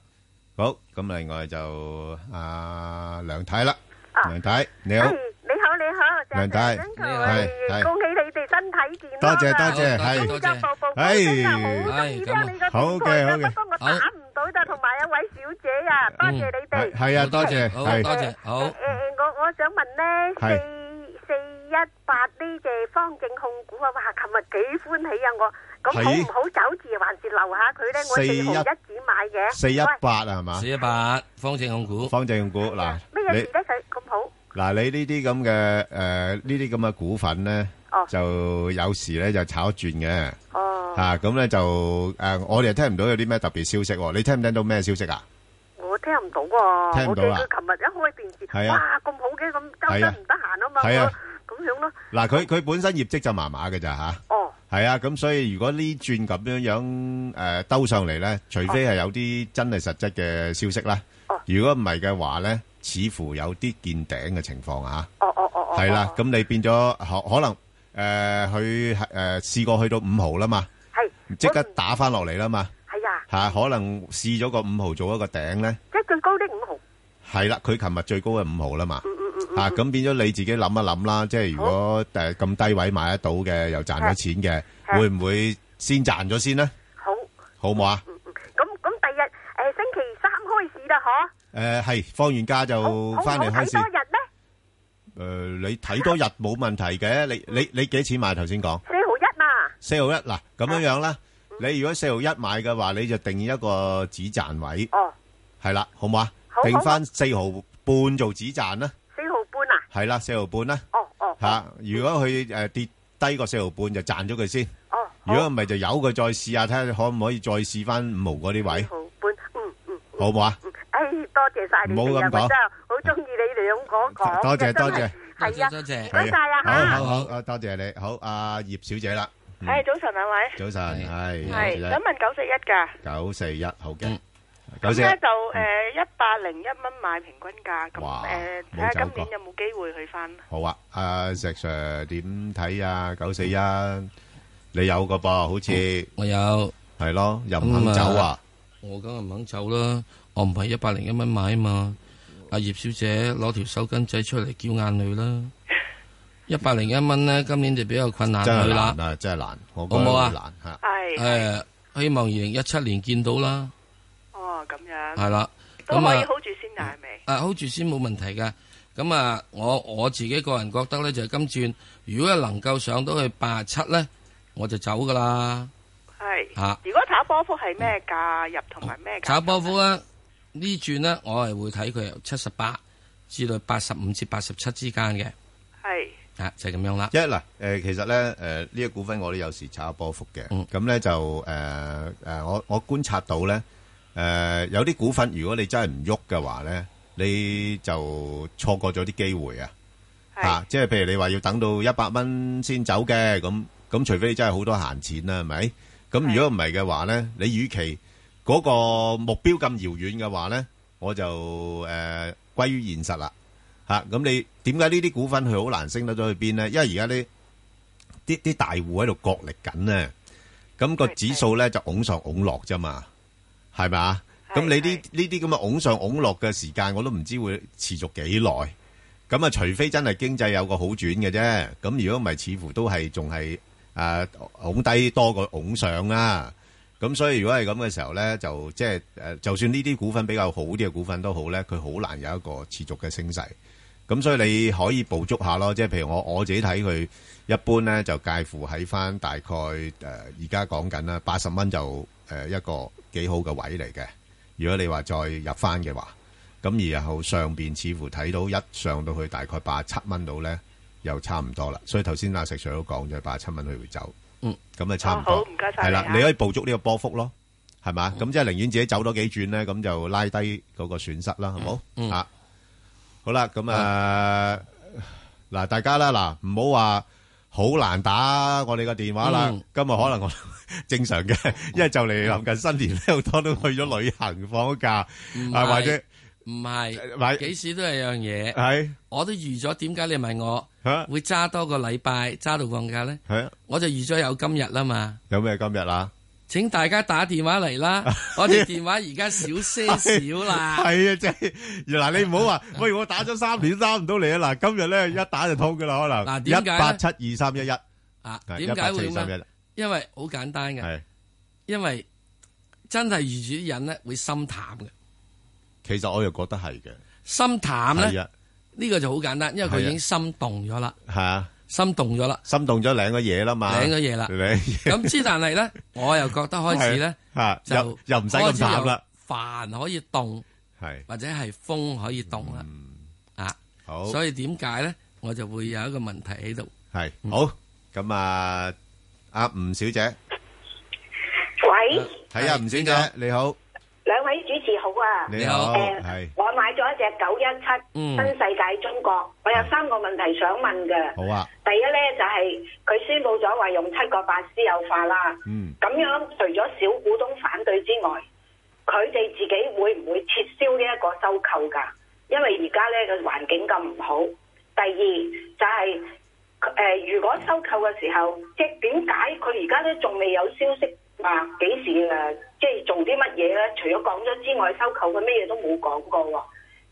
[SPEAKER 3] 好。咁另外就阿梁太啦，
[SPEAKER 11] 啊
[SPEAKER 3] 梁太你好
[SPEAKER 11] 哎，你好，你好，就
[SPEAKER 3] 梁太
[SPEAKER 11] 想求
[SPEAKER 3] 你好係係
[SPEAKER 11] 恭喜你哋身體健
[SPEAKER 3] 多
[SPEAKER 11] 康啊
[SPEAKER 3] 謝多謝，
[SPEAKER 11] 恭喜
[SPEAKER 3] 係，
[SPEAKER 11] 就步步高
[SPEAKER 3] 哎
[SPEAKER 11] 升啊！好中意聽你個
[SPEAKER 3] 好
[SPEAKER 11] 好
[SPEAKER 3] 嘅好
[SPEAKER 11] 嘅，
[SPEAKER 3] 嘅
[SPEAKER 11] 不過我打唔到咋，同埋一位小姐啊，多謝你哋。
[SPEAKER 3] 係啊，多謝，
[SPEAKER 4] 好
[SPEAKER 3] 係
[SPEAKER 4] 多謝好
[SPEAKER 11] 誒誒，我我想問咧，
[SPEAKER 3] 係
[SPEAKER 11] 四四一八呢隻方正控股啊，哇！琴日幾歡喜啊，我咁
[SPEAKER 3] 係
[SPEAKER 11] 好唔好走字還是留下佢咧？我
[SPEAKER 3] 四一
[SPEAKER 11] 四毫一子買嘅，
[SPEAKER 3] 四一八係嘛
[SPEAKER 4] 嚇，？四一八方正控股，
[SPEAKER 3] 方正股嗱，
[SPEAKER 11] 喂咩
[SPEAKER 3] 你
[SPEAKER 11] 嘢而家佢咁好？
[SPEAKER 3] 嗱你呢啲咁嘅誒呢啲咁嘅股份咧，就有時咧就炒一轉嘅。
[SPEAKER 11] 哦，
[SPEAKER 3] 啊，咁咧就誒，我哋聽唔到有啲咩特別消息喎？你聽唔聽到咩消息啊？
[SPEAKER 11] 我聽唔到喎，
[SPEAKER 3] 聽唔
[SPEAKER 11] 我
[SPEAKER 3] 到
[SPEAKER 11] 記
[SPEAKER 3] 啊
[SPEAKER 11] 佢琴日一開電視，
[SPEAKER 3] 係啊
[SPEAKER 11] 哇咁好嘅，咁周
[SPEAKER 3] 係啊
[SPEAKER 11] 身唔得閒啊嘛，
[SPEAKER 3] 係啊
[SPEAKER 11] 我咁樣咯。
[SPEAKER 3] 嗱，佢佢本身業績就麻麻嘅咋吓，
[SPEAKER 11] 哦，
[SPEAKER 3] 係啊，咁所以如果呢轉咁樣樣誒兜上嚟咧，除非係有啲真係實質嘅消息啦。如果唔係嘅話咧，似乎有啲見頂嘅情況啊。
[SPEAKER 11] 哦哦哦哦，
[SPEAKER 3] 係啦，咁你變咗可可能誒，佢誒試過去到五毫啦嘛，
[SPEAKER 11] 係
[SPEAKER 3] 即刻打翻落嚟啦嘛，
[SPEAKER 11] 係啊，
[SPEAKER 3] 嚇可能試咗個五毫做一個頂咧，
[SPEAKER 11] 即係最高的五毫，
[SPEAKER 3] 係啦，佢琴日最高係五毫啦嘛，
[SPEAKER 11] 嗯嗯嗯嗯，
[SPEAKER 3] 嚇咁變咗你自己諗一諗啦，即係如果誒咁低位買得到嘅，又賺咗錢嘅，會唔會先賺咗先咧？
[SPEAKER 11] 好，
[SPEAKER 3] 好唔好啊？
[SPEAKER 11] 咁咁第日誒星期三開始啦，嗬，
[SPEAKER 3] 誒係放完假就
[SPEAKER 11] 嗯好唔好
[SPEAKER 3] 翻嚟開
[SPEAKER 11] 睇多
[SPEAKER 3] 始，
[SPEAKER 11] 日咧？
[SPEAKER 3] 誒你睇多日冇問題嘅，你你你幾錢買頭先講？
[SPEAKER 11] 四毫一嘛，
[SPEAKER 3] 四毫一嗱，咁樣樣
[SPEAKER 11] 嗯
[SPEAKER 3] 啦。你如果四毫一買嘅話，你就定一個止賺位。
[SPEAKER 11] 哦，
[SPEAKER 3] 係啦，好唔好啊？
[SPEAKER 11] 好
[SPEAKER 3] 定翻四毫半做止賺啦，
[SPEAKER 11] 四毫半啊，
[SPEAKER 3] 係啦，四毫半啦。
[SPEAKER 11] 哦哦，
[SPEAKER 3] 吓，如果佢诶跌低個四毫半就賺咗佢先。
[SPEAKER 11] 哦，
[SPEAKER 3] 如果唔係就由佢再試下，睇下可唔可以再試翻五毫嗰啲位，
[SPEAKER 11] 毫半，嗯嗯，
[SPEAKER 3] 好唔好啊？
[SPEAKER 11] 誒多謝晒你哋啊，
[SPEAKER 3] 唔好咁講
[SPEAKER 11] 我真係好中意你哋咁講講，
[SPEAKER 3] 多謝多謝，
[SPEAKER 11] 係啊，唔該
[SPEAKER 3] 係
[SPEAKER 11] 晒啊
[SPEAKER 3] 好
[SPEAKER 11] 嚇。
[SPEAKER 3] 好好，啊多謝你，好，阿葉小姐啦，嗯
[SPEAKER 12] 系早晨啊，喂，
[SPEAKER 3] 早晨，係
[SPEAKER 12] 系想问九四一噶，
[SPEAKER 3] 九四一，好嘅，九
[SPEAKER 12] 咁
[SPEAKER 3] 四一
[SPEAKER 12] 咧。就
[SPEAKER 11] ờ,
[SPEAKER 12] 诶一百零一蚊买平均价，咁
[SPEAKER 3] 哇
[SPEAKER 12] 诶睇
[SPEAKER 3] 冇
[SPEAKER 12] 下
[SPEAKER 3] 走
[SPEAKER 12] 今年有冇机会去翻？
[SPEAKER 3] 好啊，阿石 Sir 點睇啊？九四一，你有個噃，好似
[SPEAKER 4] 我有，
[SPEAKER 3] 係咯，又唔肯走啊？
[SPEAKER 4] 我梗係唔肯走啦，我唔係一百零一蚊買啊嘛。阿葉小姐攞條手巾仔出嚟叫眼淚啦，一百零一蚊呢，今年就比較困難
[SPEAKER 3] 真係
[SPEAKER 4] 佢啦
[SPEAKER 3] 難。啊，真係難，我覺
[SPEAKER 4] 好唔好
[SPEAKER 3] 得
[SPEAKER 4] 啊
[SPEAKER 3] 難吓。
[SPEAKER 4] Ờ,
[SPEAKER 12] 系
[SPEAKER 4] 誒，希望二零一七年見到啦，
[SPEAKER 12] 哦咁样，
[SPEAKER 4] 係啦。
[SPEAKER 12] 都可以
[SPEAKER 4] 咁啊
[SPEAKER 12] hold 住先，但係咪？
[SPEAKER 4] 啊 hold 住先冇問題噶。咁啊，我我自己個人覺得咧，就係今轉如果能夠上到去八七咧，我就走噶啦。
[SPEAKER 12] 係
[SPEAKER 4] 啊。
[SPEAKER 12] 如果炒波幅係咩價入同埋咩價？
[SPEAKER 4] 炒波幅咧呢轉咧，我係會睇佢由七十八至到八十五至八十七之間嘅，
[SPEAKER 12] 係
[SPEAKER 4] 啊就係咁樣啦。
[SPEAKER 3] 即係嗱，誒其實咧，誒呢一股份我都有時炒波幅嘅，
[SPEAKER 4] 嗯
[SPEAKER 3] 咁咧就誒誒，我我觀察到咧，誒有啲股份如果你真係唔喐嘅話咧，你就錯過咗啲機會啊，嚇！即係譬如你話要等到一百蚊先走嘅，咁咁除非你真係好多閒錢啦，係咪？咁如果唔係嘅話咧，你與其嗰個目標咁遙遠嘅話咧，我就誒歸於現實啦。吓，咁你點解呢啲股份佢好難升得咗去邊咧？因為而家啲啲啲大户喺度角力緊咧，咁個指數咧就拱上拱落啫嘛，係咪啊？咁你呢呢啲咁嘅拱上拱落嘅時間，我都唔知會持續幾耐。咁啊，除非真係經濟有個好轉嘅啫。咁如果唔係，似乎都係仲係誒拱低多過拱上啦。咁所以如果係咁嘅時候咧，就即係誒，就算呢啲股份比較好啲嘅股份都好咧，佢好難有一個持續嘅升勢。咁所以你可以捕捉下咯，即係譬如我我自己睇佢一般咧，就介乎喺翻大概誒而家講緊啦，八十蚊就誒、呃一個幾好嘅位嚟嘅。如果你話再入翻嘅話，咁然後上邊似乎睇到一上到去大概八七蚊度咧，又差唔多啦。所以頭先阿石 Sir 都講咗，八七蚊佢會走，
[SPEAKER 4] 嗯，
[SPEAKER 3] 咁啊差唔多。
[SPEAKER 12] 哦好唔該晒
[SPEAKER 3] 係啦
[SPEAKER 12] 你，啊嗯
[SPEAKER 3] 你可以捕捉呢個波幅咯，係嘛？咁即係寧願自己走多幾轉咧，咁就拉低嗰個損失啦，好冇？
[SPEAKER 4] 嗯
[SPEAKER 3] 啊。好啦，咁啊，嗱，大家啦，嗱，唔好話好難打我哋個電話啦。
[SPEAKER 4] 嗯
[SPEAKER 3] 今日可能我 <laughs> 正常嘅，因為就嚟臨近新年咧，好多都去咗旅行放咗假，
[SPEAKER 4] 唔
[SPEAKER 3] 啊
[SPEAKER 4] 係
[SPEAKER 3] 或者
[SPEAKER 4] 唔係，
[SPEAKER 3] 買
[SPEAKER 4] 幾時都係樣嘢。
[SPEAKER 3] 係，
[SPEAKER 4] 我都預咗。點解你問我
[SPEAKER 3] 嚇
[SPEAKER 4] 會揸多個禮拜，揸到放假咧？
[SPEAKER 3] 係啊，
[SPEAKER 4] 我就預咗有今日啦嘛。
[SPEAKER 3] 有咩今日啊？
[SPEAKER 4] 請大家打電話嚟
[SPEAKER 3] <laughs>
[SPEAKER 4] 啦，我哋電話而家少些少啦。
[SPEAKER 3] 係啊，即係嗱，你唔好
[SPEAKER 4] <laughs>
[SPEAKER 3] 話，喂，我打咗三年打唔到你啊！嗱，今日咧一打就通噶啦，可能
[SPEAKER 4] 嗱點
[SPEAKER 3] 一
[SPEAKER 4] 解
[SPEAKER 3] 八
[SPEAKER 4] 呢
[SPEAKER 3] 七二三一一啊
[SPEAKER 4] 點解會咁
[SPEAKER 3] 一
[SPEAKER 4] 咧？因為好簡單嘅
[SPEAKER 3] 係，
[SPEAKER 4] 因為真係預住啲人咧會心淡嘅，
[SPEAKER 3] 其實我又覺得係嘅，
[SPEAKER 4] 心淡
[SPEAKER 3] 係啊
[SPEAKER 4] 咧呢個就好簡單，因為佢已經心動咗啦。
[SPEAKER 3] 係啊，
[SPEAKER 4] 心動咗啦，
[SPEAKER 3] 心動咗領咗嘢啦嘛，
[SPEAKER 4] 領咗嘢啦
[SPEAKER 3] <laughs> 領嘢
[SPEAKER 4] 咁之但係咧，我又覺得開始咧
[SPEAKER 3] 係啊
[SPEAKER 4] 就
[SPEAKER 3] 又又唔使咁淡啦，
[SPEAKER 4] 飯可以凍，
[SPEAKER 3] 係
[SPEAKER 4] 或者係風可以凍啦，
[SPEAKER 3] Ừ,
[SPEAKER 4] 啊，
[SPEAKER 3] 嗯好
[SPEAKER 4] 所以點解咧，我就會有一個問題喺度。
[SPEAKER 3] 係好咁啊！阿吳小姐，
[SPEAKER 13] 喂，
[SPEAKER 3] 係啊，吳小姐你好，
[SPEAKER 13] 兩位主持好啊！
[SPEAKER 3] 你好，
[SPEAKER 13] 誒
[SPEAKER 3] 係
[SPEAKER 13] 我買咗一隻九一
[SPEAKER 3] 嗯
[SPEAKER 13] 七新世界中國，我有三個問題想問嘅。
[SPEAKER 3] 好啊，
[SPEAKER 13] 第一咧就係佢宣布咗話用七個八私有化啦，
[SPEAKER 3] 嗯，
[SPEAKER 13] 咁樣除咗小股東反對之外，佢哋自己會唔會撤銷呢一個收購㗎？因為而家咧個環境咁唔好。第二就係、誒、如果收購嘅時候，即係點解佢而家都仲未有消息話幾時誒，即係做啲乜嘢咧？除咗講咗之外，收購佢咩嘢都冇講過喎。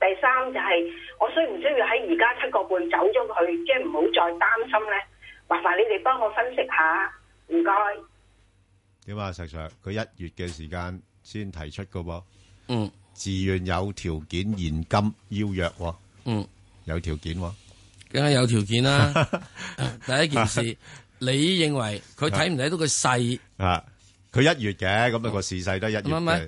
[SPEAKER 13] 第三就係、我需唔需要喺而家七個半走咗佢，即係唔好再擔心咧？麻煩你哋幫我分析下，唔該。
[SPEAKER 3] 點啊？石 Sir，佢一月嘅時間先提出噶噃，
[SPEAKER 4] 嗯，
[SPEAKER 3] 自願有條件現金邀約喎，
[SPEAKER 4] 嗯，
[SPEAKER 3] 有條件喎，
[SPEAKER 4] 梗係有條件
[SPEAKER 3] <laughs>
[SPEAKER 4] 啦。第一件事，你認為佢睇唔睇到佢細？
[SPEAKER 3] 啊，佢一月嘅，咁啊個市勢都係一月
[SPEAKER 4] 唔係唔係
[SPEAKER 3] 嘅，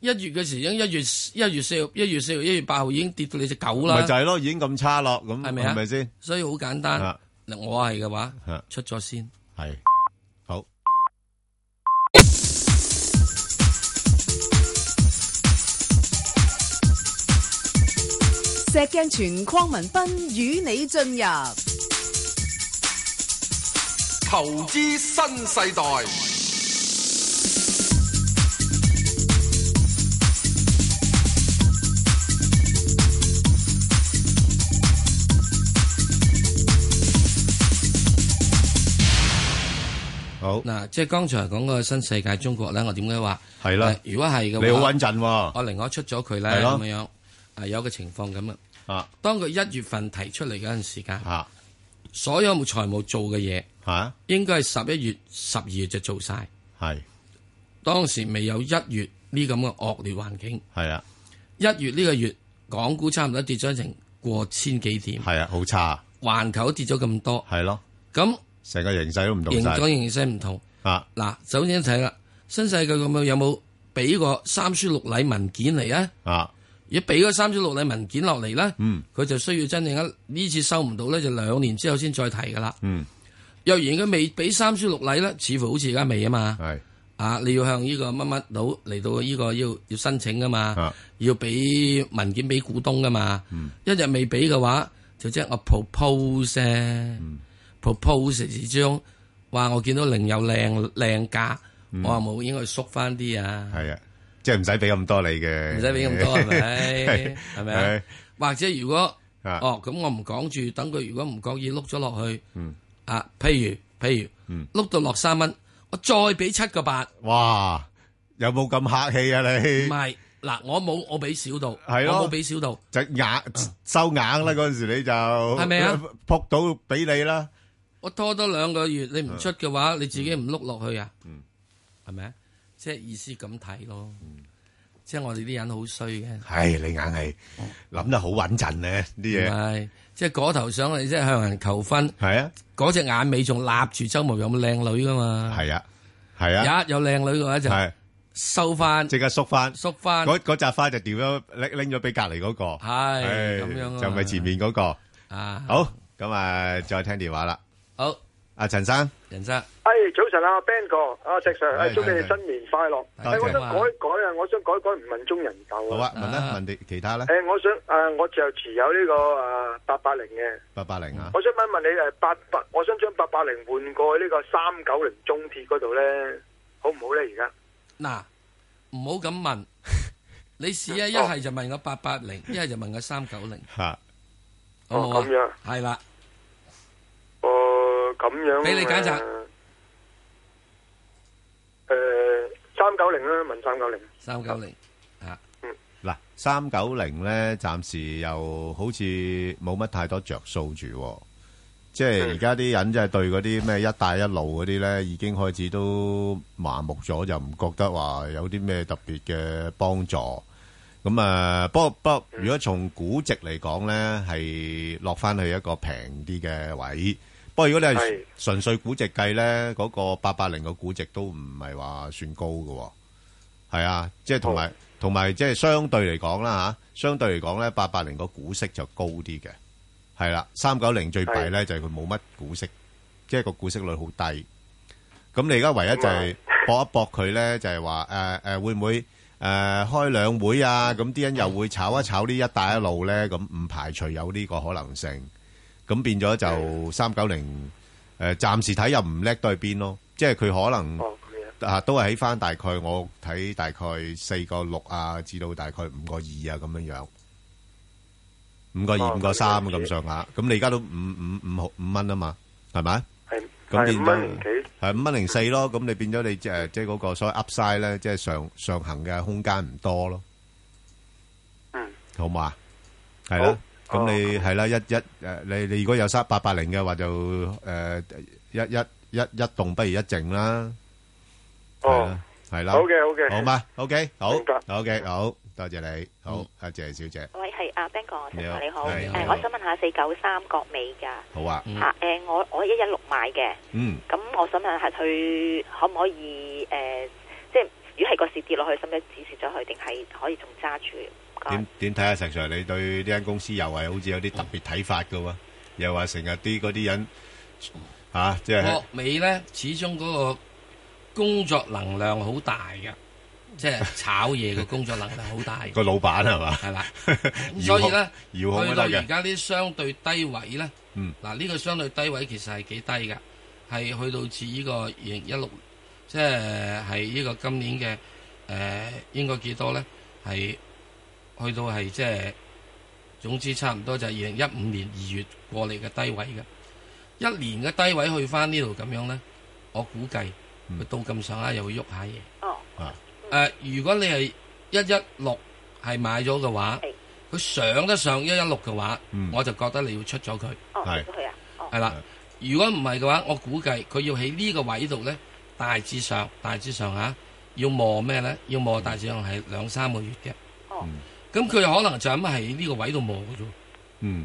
[SPEAKER 4] 一月嘅時已經一月一月四號、一月四號、一月八號已經跌到你只狗啦。
[SPEAKER 3] 咪就係咯，已經咁差咯，咁
[SPEAKER 4] 係咪啊？
[SPEAKER 3] 係咪先？
[SPEAKER 4] 所以好簡單
[SPEAKER 3] 啊。
[SPEAKER 4] 嗱，我係嘅話
[SPEAKER 3] 啊，
[SPEAKER 4] 出咗先。
[SPEAKER 3] 係好。
[SPEAKER 1] 石鏡泉匡文斌與你進入
[SPEAKER 2] 投資新世代，
[SPEAKER 3] 好
[SPEAKER 4] 嗱，即係剛才講嗰個新世界中國咧，我點解話
[SPEAKER 3] 係啦
[SPEAKER 4] 誒如果係嘅話，
[SPEAKER 3] 你好穩陣喎
[SPEAKER 4] 我另外出咗佢咧，
[SPEAKER 3] 係咯
[SPEAKER 4] 咁樣啊，有個情況咁啊。
[SPEAKER 3] 啊，
[SPEAKER 4] 當佢一月份提出嚟嗰陣時間，
[SPEAKER 3] 啊，
[SPEAKER 4] 所有冇財務做嘅嘢，
[SPEAKER 3] 嚇，
[SPEAKER 4] 應該係十一月、十二月就做晒。
[SPEAKER 3] 係
[SPEAKER 4] 當時未有一月呢咁嘅惡劣環境。
[SPEAKER 3] à. 係啊。
[SPEAKER 4] 一月呢個月，港股差唔多跌咗成過千幾點。
[SPEAKER 3] 係啊，好差。
[SPEAKER 4] 環球跌咗咁多。
[SPEAKER 3] 係咯。
[SPEAKER 4] 咁
[SPEAKER 3] 成個形勢都唔同
[SPEAKER 4] 形
[SPEAKER 3] 晒。
[SPEAKER 4] 講形勢唔同。
[SPEAKER 3] 啊，
[SPEAKER 4] 嗱，首先睇啦，新世界咁樣有冇俾個三書六禮文件嚟啊？
[SPEAKER 3] 啊，
[SPEAKER 4] 如果俾嗰三書六禮文件落嚟咧，
[SPEAKER 3] 嗯
[SPEAKER 4] 佢就需要真正一呢次收唔到咧，就兩年之後先再提噶啦。
[SPEAKER 3] 嗯，
[SPEAKER 4] 若然佢未俾三書六禮咧，似乎好似而家未啊嘛。
[SPEAKER 3] 係
[SPEAKER 4] 啊，你要向呢個乜乜佬嚟到呢個要要申請噶嘛，要俾文件俾股東噶嘛。一日未俾嘅話，就即係我 propose 啫 propose 時將哇，我見到零有靚靚價，
[SPEAKER 3] 嗯
[SPEAKER 4] 我話冇應該縮翻啲啊。
[SPEAKER 3] 係啊，即係唔使俾咁多你嘅，
[SPEAKER 4] 唔使俾咁多係咪？係咪啊
[SPEAKER 3] <laughs> 係？
[SPEAKER 4] 或者如果哦咁，我唔講住，等佢如果唔覺意碌咗落去
[SPEAKER 3] 嗯
[SPEAKER 4] 啊，譬如譬
[SPEAKER 3] 嗯
[SPEAKER 4] 如碌到落三蚊，我再俾七個八，
[SPEAKER 3] 哇！有冇咁客氣啊你？
[SPEAKER 4] 唔係嗱，我冇我俾少到，
[SPEAKER 3] 係咯，
[SPEAKER 4] 我冇俾少到，
[SPEAKER 3] 就硬收硬啦。嗰阵时你就係
[SPEAKER 4] 咪啊？
[SPEAKER 3] 扑到俾你啦，
[SPEAKER 4] 我拖多兩個月你唔出嘅話，你自己唔碌落去啊？係咪啊？即係意思咁睇咯，即係我哋啲人好衰嘅。
[SPEAKER 3] 唉，你硬係諗得好穩陣咧啲嘢。
[SPEAKER 4] 系，即系嗰頭想你即係向人求婚，
[SPEAKER 3] 系啊，
[SPEAKER 4] 嗰隻眼尾仲立住周毛有冇靚女噶嘛？
[SPEAKER 3] 係啊，係啊，
[SPEAKER 4] 一有靚女嘅話就
[SPEAKER 3] 係
[SPEAKER 4] 收翻，
[SPEAKER 3] 即刻縮翻，
[SPEAKER 4] 縮翻，
[SPEAKER 3] 嗰嗰扎花就掉咗拎拎咗俾隔離嗰個，
[SPEAKER 4] 係
[SPEAKER 3] 唉
[SPEAKER 4] 咁樣啊
[SPEAKER 3] 就咪前面嗰個。
[SPEAKER 4] 啊，
[SPEAKER 3] 好，咁啊，再聽電話啦。
[SPEAKER 4] 好，
[SPEAKER 3] 阿陳生，
[SPEAKER 4] 陳生。
[SPEAKER 14] 系早晨啊，Ben 哥，阿石 Sir，哎誒
[SPEAKER 3] 係
[SPEAKER 14] 祝你
[SPEAKER 3] 係
[SPEAKER 14] 哋新年快樂。
[SPEAKER 3] 多謝
[SPEAKER 14] 誒我想改改啊，我想改改唔問中人壽
[SPEAKER 3] 好啊，問啦，問啲其他咧，
[SPEAKER 14] 誒，我想誒，我就持有呢個誒八八零嘅。
[SPEAKER 3] 八八零啊，
[SPEAKER 6] 嗯
[SPEAKER 14] 我想問一問你誒八八，我想將八八零換過去呢個三九零中鐵嗰度咧，好唔好咧？而家
[SPEAKER 4] 嗱，唔好咁
[SPEAKER 14] <laughs>
[SPEAKER 4] 問，你試啊，一係就問我八八零，一係就問我三九零，
[SPEAKER 3] 吓，
[SPEAKER 4] 好唔好
[SPEAKER 14] 哦咁樣
[SPEAKER 4] 啊？係啦，
[SPEAKER 14] 誒哦咁樣
[SPEAKER 4] 俾你揀擇
[SPEAKER 14] 誒三九零啦，問三九零。
[SPEAKER 4] 三九零啊，
[SPEAKER 3] 嗱，三九零咧，暫時又好似冇乜太多着數住喎，即係而家啲人即係對嗰啲咩一帶一路嗰啲咧，已經開始都麻木咗，就唔覺得話有啲咩特別嘅幫助。咁啊，不過不過，如果從估值嚟講咧，係落翻去一個平啲嘅位。不過如果你係
[SPEAKER 14] 係
[SPEAKER 3] 純粹估值計咧，嗰、個八八零嘅估值都唔係話算高嘅喎。係啊，即係同埋同埋即係相對嚟講啦吓，相對嚟講咧，八八零個股息就高啲嘅，係啦，三九零最弊咧就係佢冇乜股息，即係個股息率好低。咁你而家唯一就係搏一搏佢咧，就係話誒誒會唔會誒、呃、開兩會啊？咁啲人又會炒一炒呢一帶一路咧，咁唔排除有呢個可能性。咁變咗就三九零誒，暫時睇又唔叻對邊咯，即係佢可能
[SPEAKER 14] 哦
[SPEAKER 3] 啊都係喺翻大概我睇大概四個六啊，至到大概五個二啊咁樣樣，五個
[SPEAKER 14] 哦
[SPEAKER 3] 二五個三啊
[SPEAKER 14] 咁樣
[SPEAKER 3] 咁上下。咁你而家都五五五毫五蚊啊嘛，係咪？
[SPEAKER 14] 係
[SPEAKER 3] 咁
[SPEAKER 14] 係
[SPEAKER 3] 變
[SPEAKER 14] 五蚊零
[SPEAKER 3] 咗
[SPEAKER 14] 幾
[SPEAKER 3] 係五蚊零四咯，咁你變咗你即係即係嗰個所謂 Upside 咧，即係上上行嘅空間唔多咯。
[SPEAKER 14] 嗯，
[SPEAKER 3] 好嘛？係啦，咁你係啦，一一誒，你你如果有三八八零嘅話，就誒一一一一動不如一靜啦。哦，係啦，
[SPEAKER 14] 好嘅好嘅
[SPEAKER 3] 好嘛，OK，好
[SPEAKER 14] 明白
[SPEAKER 3] ，OK，好多謝你，
[SPEAKER 4] Ừ.
[SPEAKER 3] 好，阿謝小姐，
[SPEAKER 10] 喂，係阿 Ben 哥，
[SPEAKER 3] 你好
[SPEAKER 10] 你好，
[SPEAKER 3] 係
[SPEAKER 10] 誒
[SPEAKER 3] 你，好
[SPEAKER 10] 我想問下四九三國美㗎，
[SPEAKER 3] 好啊，
[SPEAKER 4] Ừ.
[SPEAKER 10] 嚇誒，呃我我一一六買嘅，
[SPEAKER 3] 嗯，
[SPEAKER 10] 咁我想問下佢可唔可以誒，即係如果係個市跌落去，使唔使止蝕咗佢，定係可以仲揸住？
[SPEAKER 3] 點點睇啊？石 Sir，你對呢間公司又係好似有啲特別睇法嘅喎，又話成日啲嗰啲人嚇，即係
[SPEAKER 14] 哦
[SPEAKER 4] 國美咧始終嗰個工作能量好大嘅，即係炒嘢嘅工作能量好大嘅。
[SPEAKER 3] 個老闆係嘛？
[SPEAKER 4] 係啦，咁
[SPEAKER 3] 咁
[SPEAKER 4] 所以咧，
[SPEAKER 3] 遙控
[SPEAKER 4] 去
[SPEAKER 3] 都
[SPEAKER 4] 到
[SPEAKER 3] 得
[SPEAKER 4] 而
[SPEAKER 3] 嘅，
[SPEAKER 4] 家啲相對低位咧，
[SPEAKER 3] 嗯
[SPEAKER 4] 嗱呢個相對低位其實係幾低㗎，係去到至呢個二零一六，即係係呢個今年嘅誒、呃、應該幾多咧？係去到係即係總之差唔多就係二零一五年二月過嚟嘅低位嘅，一年嘅低位去翻呢度咁樣咧，我估計佢到咁上下又會喐下嘢。
[SPEAKER 10] 哦，
[SPEAKER 3] 嗯啊。
[SPEAKER 4] 誒、如果你係一一六係買咗嘅話，佢上得上一一六嘅話，
[SPEAKER 3] 嗯
[SPEAKER 4] 我就覺得你要出咗佢，
[SPEAKER 10] 哦，出咗佢啊，哦，
[SPEAKER 4] 係啦。如果唔係嘅話，我估計佢要喺呢個位度咧，大致上大致上嚇、要磨咩咧？要磨大致上係兩三個月嘅。
[SPEAKER 10] 哦，
[SPEAKER 4] 咁佢可能就咁喺呢個位度磨嘅啫喎。
[SPEAKER 3] 嗯，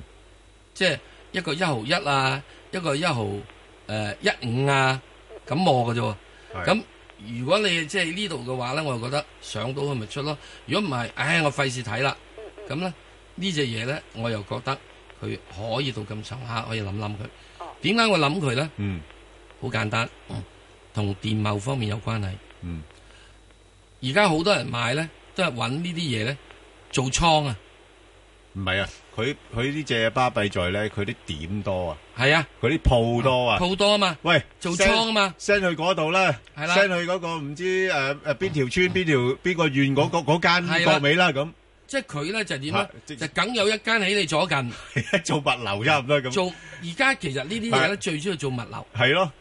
[SPEAKER 4] 即係一個一毫一啊，一個一毫诶一五啊，咁磨嘅啫喎。
[SPEAKER 15] 係
[SPEAKER 4] 咁如果你即係呢度嘅話咧，我就覺得上到佢咪出咯。如果唔係，唉，我費事睇啦。咁咧呢只嘢咧，我又覺得佢可以到咁上下，可以諗諗佢。
[SPEAKER 3] 哦
[SPEAKER 4] 點解我諗佢咧？
[SPEAKER 3] 嗯，
[SPEAKER 4] 好簡單，同電貿方面有關係。
[SPEAKER 3] 嗯，
[SPEAKER 4] 而家好多人買咧，都係揾呢啲嘢咧做倉啊。
[SPEAKER 3] 唔係啊，佢佢呢只巴閉在咧，佢啲點多啊，
[SPEAKER 4] 係啊，
[SPEAKER 3] 佢啲鋪多啊，
[SPEAKER 4] 鋪多啊嘛，
[SPEAKER 3] 喂，
[SPEAKER 4] 做
[SPEAKER 3] send-
[SPEAKER 4] 倉啊嘛
[SPEAKER 3] ，send 去嗰度啦
[SPEAKER 4] 係啦
[SPEAKER 3] ，send 去嗰個唔知诶诶边条村邊條邊個縣嗰嗰嗰
[SPEAKER 4] 係
[SPEAKER 3] 间
[SPEAKER 4] 啦
[SPEAKER 3] 國美啦咁，
[SPEAKER 4] 即係佢咧就點
[SPEAKER 3] 啊
[SPEAKER 4] 咧？就梗有一間喺你左近，
[SPEAKER 3] 做物流差唔多咁。
[SPEAKER 4] 做而家其實呢啲嘢咧，最主要做物流。
[SPEAKER 3] 係咯，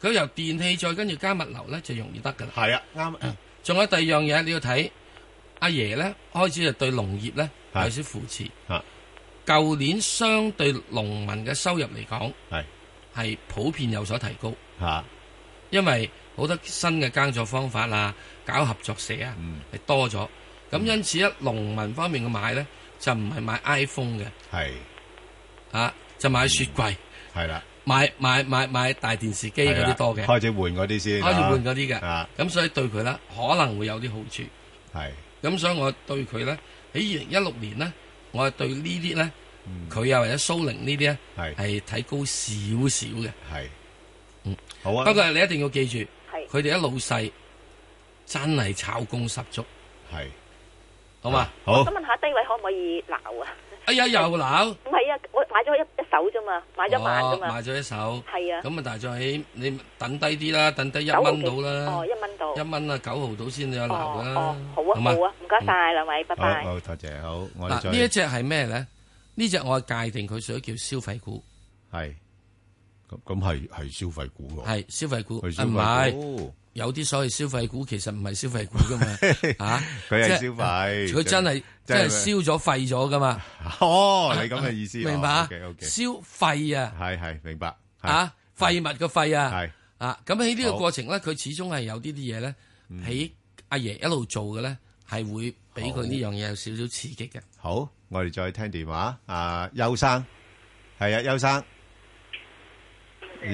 [SPEAKER 4] 佢由電器再跟住加物流咧，就容易得噶啦。
[SPEAKER 3] 係啊，啱。
[SPEAKER 4] 仲有第二樣嘢你要睇，阿爺咧開始就對農業咧
[SPEAKER 3] 係
[SPEAKER 4] 有少扶持。
[SPEAKER 3] 啊，
[SPEAKER 4] 舊年相對農民嘅收入嚟講，
[SPEAKER 3] 係
[SPEAKER 4] 係普遍有所提高。
[SPEAKER 3] 吓，
[SPEAKER 4] 因為好多新嘅耕作方法啊，搞合作社啊，係多咗。咁因此咧，農民方面嘅買咧，就唔係買 iPhone 嘅，
[SPEAKER 3] 係
[SPEAKER 4] 啊，就買雪櫃，
[SPEAKER 3] 係啦，
[SPEAKER 4] 買買買買大電視機嗰
[SPEAKER 3] 係
[SPEAKER 4] 啲
[SPEAKER 3] 啦
[SPEAKER 4] 多嘅，
[SPEAKER 3] 開始換嗰啲先啊，
[SPEAKER 4] 開始換嗰啲嘅
[SPEAKER 3] 啊。
[SPEAKER 4] 咁所以對佢咧可能會有啲好處。
[SPEAKER 3] 係
[SPEAKER 4] 咁所以我對佢咧喺二零一六年咧，我係對呢啲咧，佢又或者蘇寧呢啲咧，係睇高少少嘅。
[SPEAKER 3] 係，嗯，好啊。
[SPEAKER 4] 不過你一定要記住，
[SPEAKER 13] 係
[SPEAKER 4] 佢哋啲老細真係炒功十足，
[SPEAKER 3] 係
[SPEAKER 4] 好嘛？
[SPEAKER 3] 哦
[SPEAKER 10] 我想問下低位可唔可以鬧啊？
[SPEAKER 4] 哎呀，又鬧！
[SPEAKER 10] 唔係啊，我買咗一一手啫嘛，買咗萬啫
[SPEAKER 4] 哦，
[SPEAKER 10] 嘛
[SPEAKER 4] 買，咗一手，
[SPEAKER 10] 係啊
[SPEAKER 4] 咁啊，大咗起你等低啲啦，等低一
[SPEAKER 10] 九毫
[SPEAKER 4] 蚊
[SPEAKER 10] 幾
[SPEAKER 4] 到啦，
[SPEAKER 10] 哦，一蚊到
[SPEAKER 4] 一，蚊啊九毫到先有鬧啦，
[SPEAKER 10] 好啊
[SPEAKER 4] 嘛
[SPEAKER 10] 好啊，唔該晒兩位，拜拜。
[SPEAKER 3] 好，多謝，好，我哋
[SPEAKER 4] 嗱，
[SPEAKER 3] 再
[SPEAKER 4] 呢一隻係咩咧？呢隻我界定佢屬於叫消費股，
[SPEAKER 3] 係咁咁係係消費股喎，
[SPEAKER 4] 係消費股，
[SPEAKER 3] 係消
[SPEAKER 4] 啊唔
[SPEAKER 3] 費股
[SPEAKER 4] 係。有啲所謂消費股其實唔係消費股
[SPEAKER 3] <laughs>
[SPEAKER 4] 噶嘛，嚇
[SPEAKER 3] 佢係
[SPEAKER 4] 即
[SPEAKER 3] 消費
[SPEAKER 4] 佢
[SPEAKER 3] 真
[SPEAKER 4] 真係
[SPEAKER 3] 係
[SPEAKER 4] 真係燒咗廢咗噶嘛。
[SPEAKER 3] 哦你咁嘅意思
[SPEAKER 4] 明白啊
[SPEAKER 3] 哦，OK，OK
[SPEAKER 4] 消費啊，
[SPEAKER 3] 係係明白，係
[SPEAKER 4] 啊廢物嘅廢啊，
[SPEAKER 3] 係
[SPEAKER 4] 啊咁喺呢個
[SPEAKER 3] 好
[SPEAKER 4] 過程咧，佢始終係有呢啲嘢咧，喺阿爺一路做嘅咧，係會俾佢呢樣嘢有少少刺激嘅。
[SPEAKER 3] 好，我哋再聽電話。阿邱生，係啊，邱生，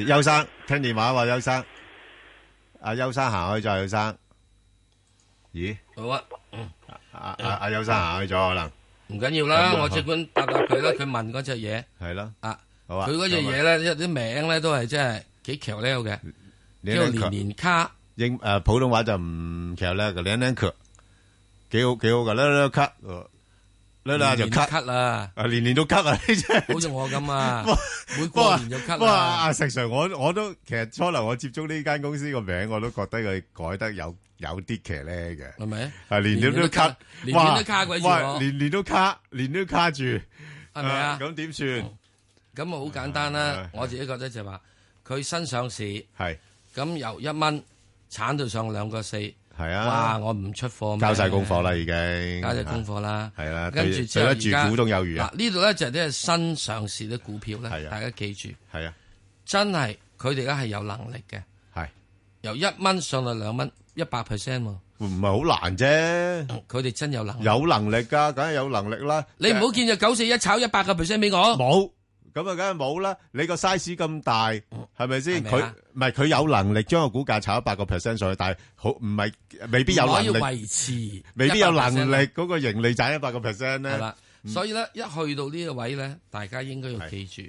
[SPEAKER 3] 邱生聽電話喎，邱生。阿邱生行開咗，邱生。咦？
[SPEAKER 4] 好啊，
[SPEAKER 3] 阿阿阿邱生行開咗，可能
[SPEAKER 4] 唔緊要啦
[SPEAKER 3] 咁，啊
[SPEAKER 4] 我即管答答佢啦。佢問嗰只嘢，
[SPEAKER 3] 係咯。
[SPEAKER 4] 啊，
[SPEAKER 3] 好啊。
[SPEAKER 4] 佢嗰隻嘢咧，一啲名咧都係真係幾橋溜嘅，
[SPEAKER 3] 你
[SPEAKER 4] 叫年年卡。
[SPEAKER 3] 英誒普通話就唔其實咧，個靚靚腳幾好幾好噶，咧咧咳，咧咧就
[SPEAKER 4] 年年都
[SPEAKER 3] 咳
[SPEAKER 4] 咳
[SPEAKER 3] <laughs>
[SPEAKER 4] 啦，
[SPEAKER 3] 啊年年都咳啊，呢隻。
[SPEAKER 4] 好似我咁啊，每
[SPEAKER 3] 不過
[SPEAKER 4] 過年就啊咳
[SPEAKER 3] 不過
[SPEAKER 4] 啦。
[SPEAKER 3] 阿石 Sir，我我都其實初頭我接觸呢間公司個名，我都覺得佢改得有有啲騎呢嘅，
[SPEAKER 4] 係咪？
[SPEAKER 3] 啊，年年都卡，
[SPEAKER 4] 年年都卡鬼住
[SPEAKER 3] 哇
[SPEAKER 4] 我
[SPEAKER 3] 年年都卡，年年都卡住，
[SPEAKER 4] 係咪啊
[SPEAKER 3] 咁點算？
[SPEAKER 4] 咁啊，好簡單啦。我自己覺得就係話，佢新上市，
[SPEAKER 3] 係
[SPEAKER 4] 咁由一蚊鏟到上兩個四，
[SPEAKER 3] 係啊
[SPEAKER 4] 哇！我唔出貨咩，
[SPEAKER 3] 交晒功課啦，已經
[SPEAKER 4] 交晒功課啦，
[SPEAKER 3] 係啦，
[SPEAKER 4] 跟住
[SPEAKER 3] 對
[SPEAKER 4] 之後
[SPEAKER 3] 對得住股東有餘啊
[SPEAKER 4] 嗱，呢度咧就係啲新上市啲股票咧，大家記住，
[SPEAKER 3] 係啊，
[SPEAKER 4] 真係佢哋咧係有能力嘅，
[SPEAKER 3] 係
[SPEAKER 4] 由一蚊上到兩蚊，一百 percent 喎。
[SPEAKER 3] 唔係好難啫，
[SPEAKER 4] 佢哋真有能力，
[SPEAKER 3] 有能力噶，梗係有能力啦，
[SPEAKER 4] 你唔好見就九四一炒一百個 percent 俾我，
[SPEAKER 3] 冇。咁啊，梗係冇啦！你個 size 咁大，係咪先？
[SPEAKER 4] 係咪
[SPEAKER 3] 佢
[SPEAKER 4] 啊
[SPEAKER 3] 唔係佢有能力將個股價炒一百個 percent 上去，但係好唔係未必有能
[SPEAKER 4] 唔可以
[SPEAKER 3] 力
[SPEAKER 4] 維持，
[SPEAKER 3] 未必有能力。嗯嗰個盈利賺一百個 percent 咧。
[SPEAKER 4] 啊係啦，所以咧一去到呢個位咧，大家應該要記住，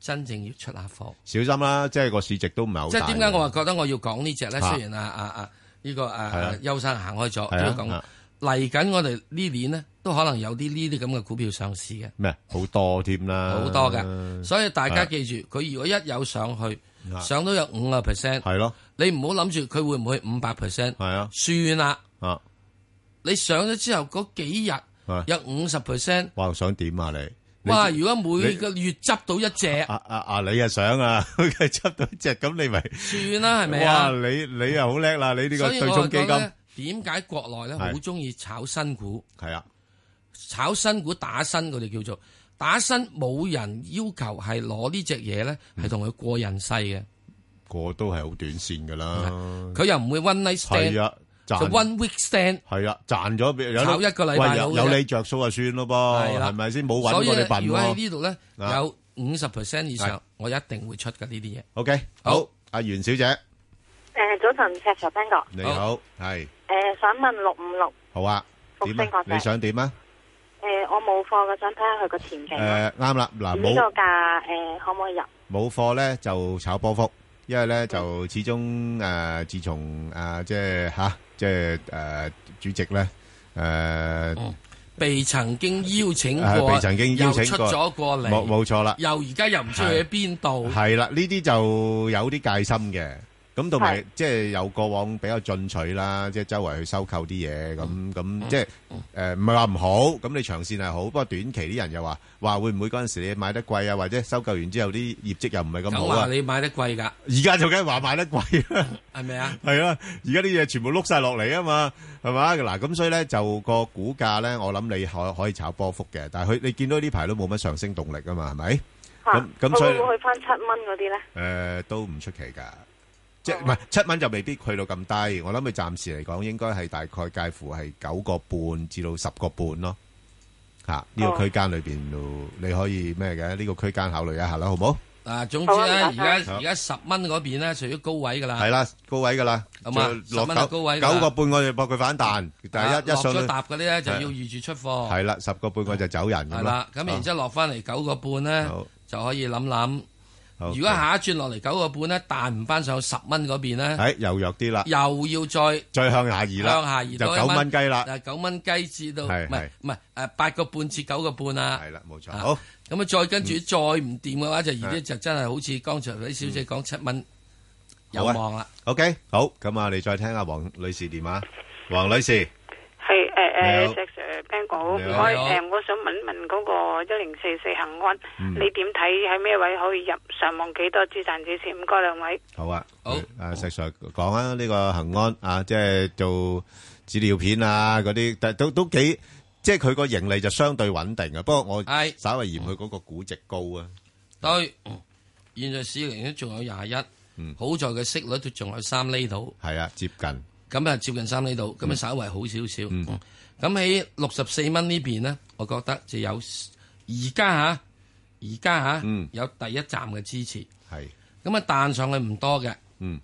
[SPEAKER 4] 真正要出下貨。
[SPEAKER 3] 小心啦，即係個市值都唔係好
[SPEAKER 4] 即
[SPEAKER 3] 大
[SPEAKER 4] 係
[SPEAKER 3] 嘅。
[SPEAKER 4] 點解我話覺得我要講呢只咧？
[SPEAKER 3] 啊
[SPEAKER 4] 雖然啊啊啊呢個啊
[SPEAKER 3] 係啊
[SPEAKER 4] 啊邱生行開咗，
[SPEAKER 3] 係
[SPEAKER 4] 都
[SPEAKER 3] 啊
[SPEAKER 4] 要講
[SPEAKER 3] 啊
[SPEAKER 4] 嚟緊。我哋呢年呢，都可能有啲呢啲咁嘅股票上市嘅，
[SPEAKER 3] 咩好多添啦？
[SPEAKER 4] 好多嘅。所以大家
[SPEAKER 3] 係
[SPEAKER 4] 記住，佢如果一有上去
[SPEAKER 3] 啊，
[SPEAKER 4] 上到有五個 percent，
[SPEAKER 3] 係咯，
[SPEAKER 4] 你唔好諗住佢會唔會五百 percent，
[SPEAKER 3] 係啊，
[SPEAKER 4] 算啦。
[SPEAKER 3] 啊，
[SPEAKER 4] 你上咗之後嗰幾日
[SPEAKER 3] 啊
[SPEAKER 4] 有五十 percent，
[SPEAKER 3] 哇！想點啊你？你
[SPEAKER 4] 哇！如果每
[SPEAKER 3] 你
[SPEAKER 4] 個月執到一隻，
[SPEAKER 3] 啊啊啊！你啊想啊， <laughs> 佢係執到只咁，你咪
[SPEAKER 4] <laughs> 算啦係咪
[SPEAKER 3] 哇！
[SPEAKER 4] 啊
[SPEAKER 3] 你你又好叻啦！你呢個
[SPEAKER 4] 所以
[SPEAKER 3] 對
[SPEAKER 4] 我
[SPEAKER 3] 沖基
[SPEAKER 4] 覺得
[SPEAKER 3] 金
[SPEAKER 4] 呢點解國內咧
[SPEAKER 3] 係
[SPEAKER 4] 好中意炒新股？
[SPEAKER 3] 係啊，
[SPEAKER 4] 炒新股打新，佢哋叫做打新，冇人要求係攞呢只嘢咧，係同佢過人世嘅。
[SPEAKER 3] 個都係好短線噶啦。
[SPEAKER 4] 佢又唔會 one night stand，
[SPEAKER 3] 嗯係啊
[SPEAKER 4] 就 one week stand。
[SPEAKER 3] 係啦，賺咗，有得-
[SPEAKER 4] 炒一個禮拜好啫。
[SPEAKER 3] 喂，有-有你着數就算咯噃，
[SPEAKER 4] 係啦。
[SPEAKER 3] 哦係咪先？冇搵
[SPEAKER 4] 所以
[SPEAKER 3] 過你
[SPEAKER 4] 咧
[SPEAKER 3] 笨
[SPEAKER 4] 如果
[SPEAKER 3] 喎。
[SPEAKER 4] 喺呢度咧
[SPEAKER 3] 啊
[SPEAKER 4] 有五十 percent 以上
[SPEAKER 3] 係，
[SPEAKER 4] 我一定會出嘅呢啲嘢。
[SPEAKER 3] OK，好，阿袁小姐，你
[SPEAKER 15] 诶，早晨，石 Sir 彬哥，
[SPEAKER 3] 好，係，好啊，
[SPEAKER 15] 诶，想問六五六，
[SPEAKER 3] 點啊？
[SPEAKER 15] 國際。
[SPEAKER 3] 你想點啊？
[SPEAKER 15] 诶，我冇貨嘅，想睇下佢個前景啦。
[SPEAKER 3] 誒，啱啦，嗱，
[SPEAKER 15] 呢
[SPEAKER 3] 冇-
[SPEAKER 15] 個價诶，可唔可以入？
[SPEAKER 3] 冇貨咧就炒波幅，因為咧就始終誒、呃自從誒、呃即係吓、即係誒、呃主席咧誒、呃
[SPEAKER 4] 嗯被曾經邀請
[SPEAKER 3] 啊
[SPEAKER 4] 過，
[SPEAKER 3] 被曾經邀請
[SPEAKER 4] 又出
[SPEAKER 3] 過
[SPEAKER 4] 咗過嚟，
[SPEAKER 3] 冇冇錯啦
[SPEAKER 4] 又而家又唔知去咗邊度，
[SPEAKER 3] 係啦，呢啲就有啲戒心嘅。咁同埋
[SPEAKER 4] 係
[SPEAKER 3] 即係有過往比較進取啦，即係周圍去收購啲嘢咁咁，即係誒唔係話唔好，咁你長線係好，不過短期啲人又話話會唔會嗰陣時你買得貴啊，或者收購完之後啲業績又唔係咁
[SPEAKER 4] 咁
[SPEAKER 3] 好
[SPEAKER 4] 話
[SPEAKER 3] 啊？
[SPEAKER 4] 你買得貴㗎，
[SPEAKER 3] 而家就梗係話買得貴啦。
[SPEAKER 4] 係咪啊？
[SPEAKER 3] 系啦，而家啲嘢全部碌晒落嚟啊嘛，係嘛嗱，咁所以咧就個股價咧，我諗你可可以炒波幅嘅，但係佢你見到呢排都冇乜上升動力啊嘛，係 <laughs> 咪？咁咁所
[SPEAKER 15] 佢
[SPEAKER 3] 以
[SPEAKER 15] 會唔會去翻七蚊嗰啲咧？
[SPEAKER 3] 诶都唔出奇噶，即係唔係七蚊就未必去到咁低，我諗佢暫時嚟講應該係大概介乎係九個半至到十個半咯，吓呢
[SPEAKER 4] 哦
[SPEAKER 3] 個區間裏边你可以咩嘅呢個區間考慮一下啦，好冇？
[SPEAKER 4] 嗱，總之咧，
[SPEAKER 3] 好啊
[SPEAKER 4] 而
[SPEAKER 3] 唔該
[SPEAKER 4] 家
[SPEAKER 3] 晒
[SPEAKER 4] 而家十蚊嗰邊咧，屬於高位㗎啦，
[SPEAKER 3] 係啦，高位噶啦，
[SPEAKER 4] 咁啊
[SPEAKER 3] 就落
[SPEAKER 4] 10蚊係
[SPEAKER 3] 九
[SPEAKER 4] 高位㗎啦
[SPEAKER 3] 九個半我哋搏佢反彈，但係
[SPEAKER 4] 啊
[SPEAKER 3] 一一
[SPEAKER 4] 落
[SPEAKER 3] 上
[SPEAKER 4] 咗
[SPEAKER 3] 去
[SPEAKER 4] 搭嗰啲咧就要
[SPEAKER 3] 係
[SPEAKER 4] 預住出貨，
[SPEAKER 3] 系啦，十個半個就走人
[SPEAKER 4] 係
[SPEAKER 3] 咁
[SPEAKER 4] 啦，咁然之
[SPEAKER 3] 後
[SPEAKER 4] 後落翻嚟九個半咧就可以諗諗。
[SPEAKER 3] 好
[SPEAKER 4] 如果下一轉落嚟九個半咧，彈唔翻上十蚊嗰邊咧，
[SPEAKER 3] 诶又弱啲啦，
[SPEAKER 4] 又要再
[SPEAKER 3] 再向下移啦，
[SPEAKER 4] 向下移
[SPEAKER 3] 就
[SPEAKER 4] 多一
[SPEAKER 3] 九蚊雞啦，
[SPEAKER 4] 嗱九蚊雞至到唔
[SPEAKER 3] 係
[SPEAKER 4] 係
[SPEAKER 3] 係
[SPEAKER 4] 唔係誒八個半至九個半啊，
[SPEAKER 3] 係啦嗯冇錯，
[SPEAKER 4] 好咁啊再跟住再唔掂嘅話就而家就真係好似剛才啲小姐講七蚊有
[SPEAKER 3] 嗯好啊
[SPEAKER 4] 望啦，
[SPEAKER 3] OK，好，咁啊，你再聽下黃女士電話，黃女士
[SPEAKER 12] 係誒
[SPEAKER 3] 你好
[SPEAKER 12] 誒石 Sir Ben 哥，唔
[SPEAKER 3] 你好
[SPEAKER 12] 該
[SPEAKER 3] 你好
[SPEAKER 12] 誒，我想問一問嗰個一零四四恒安，
[SPEAKER 3] 嗯
[SPEAKER 12] 你點睇喺咩位可以入？上望幾多資產指示？唔該兩位。
[SPEAKER 3] 好啊，好，啊石 Sir 講啊，呢個恒安啊，即係做紙尿片啊嗰啲，但都都幾，即係佢個盈利就相對穩定嘅，不過我稍微嫌佢嗰個估值高啊，
[SPEAKER 4] 對，嗯現在市盈率仲有廿一，
[SPEAKER 3] 嗯
[SPEAKER 4] 好在佢息率都仲有三厘度，
[SPEAKER 3] 係啊，接近，
[SPEAKER 4] 咁啊接近三厘度，
[SPEAKER 3] 嗯
[SPEAKER 4] 咁啊稍為好少少，嗯咁喺六十四蚊呢邊呢，我覺得就有而家嚇，而家嚇
[SPEAKER 3] 嗯
[SPEAKER 4] 有第一站嘅支持，
[SPEAKER 3] 係，
[SPEAKER 4] 咁啊彈上去唔多嘅，
[SPEAKER 3] 嗯，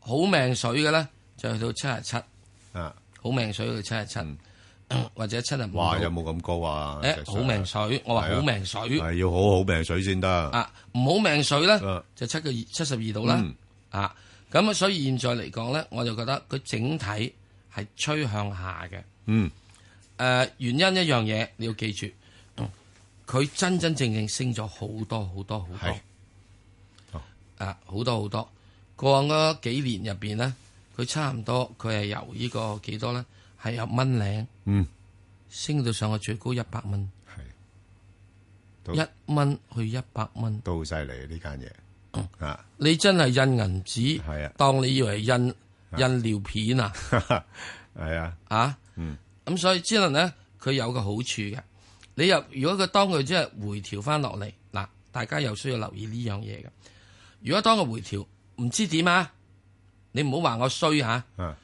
[SPEAKER 4] 好命水嘅咧就去到七十七，
[SPEAKER 3] 啊，
[SPEAKER 4] 好命水去到七十七， <coughs> 或者七十五，
[SPEAKER 3] 嗯哇，有冇咁高啊？
[SPEAKER 4] 誒
[SPEAKER 3] 石 Sir
[SPEAKER 4] 好命水，我話
[SPEAKER 3] 係啊
[SPEAKER 4] 好命水。
[SPEAKER 3] 係要好好命水先得
[SPEAKER 4] 啊，唔好命水咧，就七個二七十二度啦
[SPEAKER 3] 嗯。
[SPEAKER 4] 啊，咁啊所以現在嚟講咧，我就覺得佢整體係趨向下嘅。
[SPEAKER 3] 嗯。
[SPEAKER 4] 誒，原因一樣嘢你要記住，佢真真正正升咗好多好多好多。啊，好多好多。過往嗰幾年入邊咧，佢差唔多佢係由呢個幾多咧，係由蚊零
[SPEAKER 3] 嗯
[SPEAKER 4] 升到上去最高一百蚊。
[SPEAKER 3] 到
[SPEAKER 4] 一蚊去一百蚊，
[SPEAKER 3] 都好犀利呢間嘢啊！ <laughs>
[SPEAKER 4] 你真係印銀紙，
[SPEAKER 3] 係啊，
[SPEAKER 4] 當你以為印印尿片啊，
[SPEAKER 3] 係啊，
[SPEAKER 4] 啊，
[SPEAKER 3] 嗯，
[SPEAKER 4] 咁所以之能咧，佢有個好處嘅。你入如果佢當佢即係回調翻落嚟，嗱，大家又需要留意呢樣嘢嘅。如果當佢回調，唔知點啊，你唔好話我衰吓、
[SPEAKER 3] 啊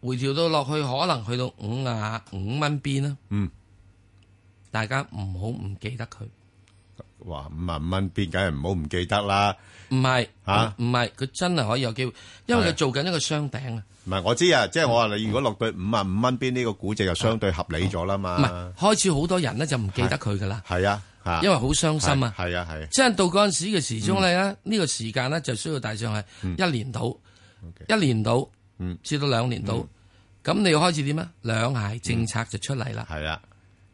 [SPEAKER 4] 回調到落去可能去到五啊五蚊邊啦，
[SPEAKER 3] 嗯，
[SPEAKER 4] 大家唔好唔記得佢。
[SPEAKER 3] 哇，五萬蚊邊梗係唔好唔記得啦。
[SPEAKER 4] 唔係
[SPEAKER 3] 嚇
[SPEAKER 4] 唔係，佢真係可以有機會，因為佢做緊一個雙頂啊，
[SPEAKER 3] 唔係我知啊，即係
[SPEAKER 4] 嗯
[SPEAKER 3] 我話你如果落到五萬五蚊邊呢個估值就相對合理咗啦
[SPEAKER 4] 唔係
[SPEAKER 3] 嘛。
[SPEAKER 4] 開始好多人咧就唔記得佢噶啦，
[SPEAKER 3] 係啊，嚇
[SPEAKER 4] 因為好傷心啊。
[SPEAKER 3] 係係啊係。嗯
[SPEAKER 4] 即係到嗰陣時嘅時鐘咧，呢個時間咧就需要大上係一年到，一年到，
[SPEAKER 3] 嗯
[SPEAKER 4] 至到兩年到，咁你要開始點啊？兩孩政策就出嚟啦。
[SPEAKER 3] 係啊，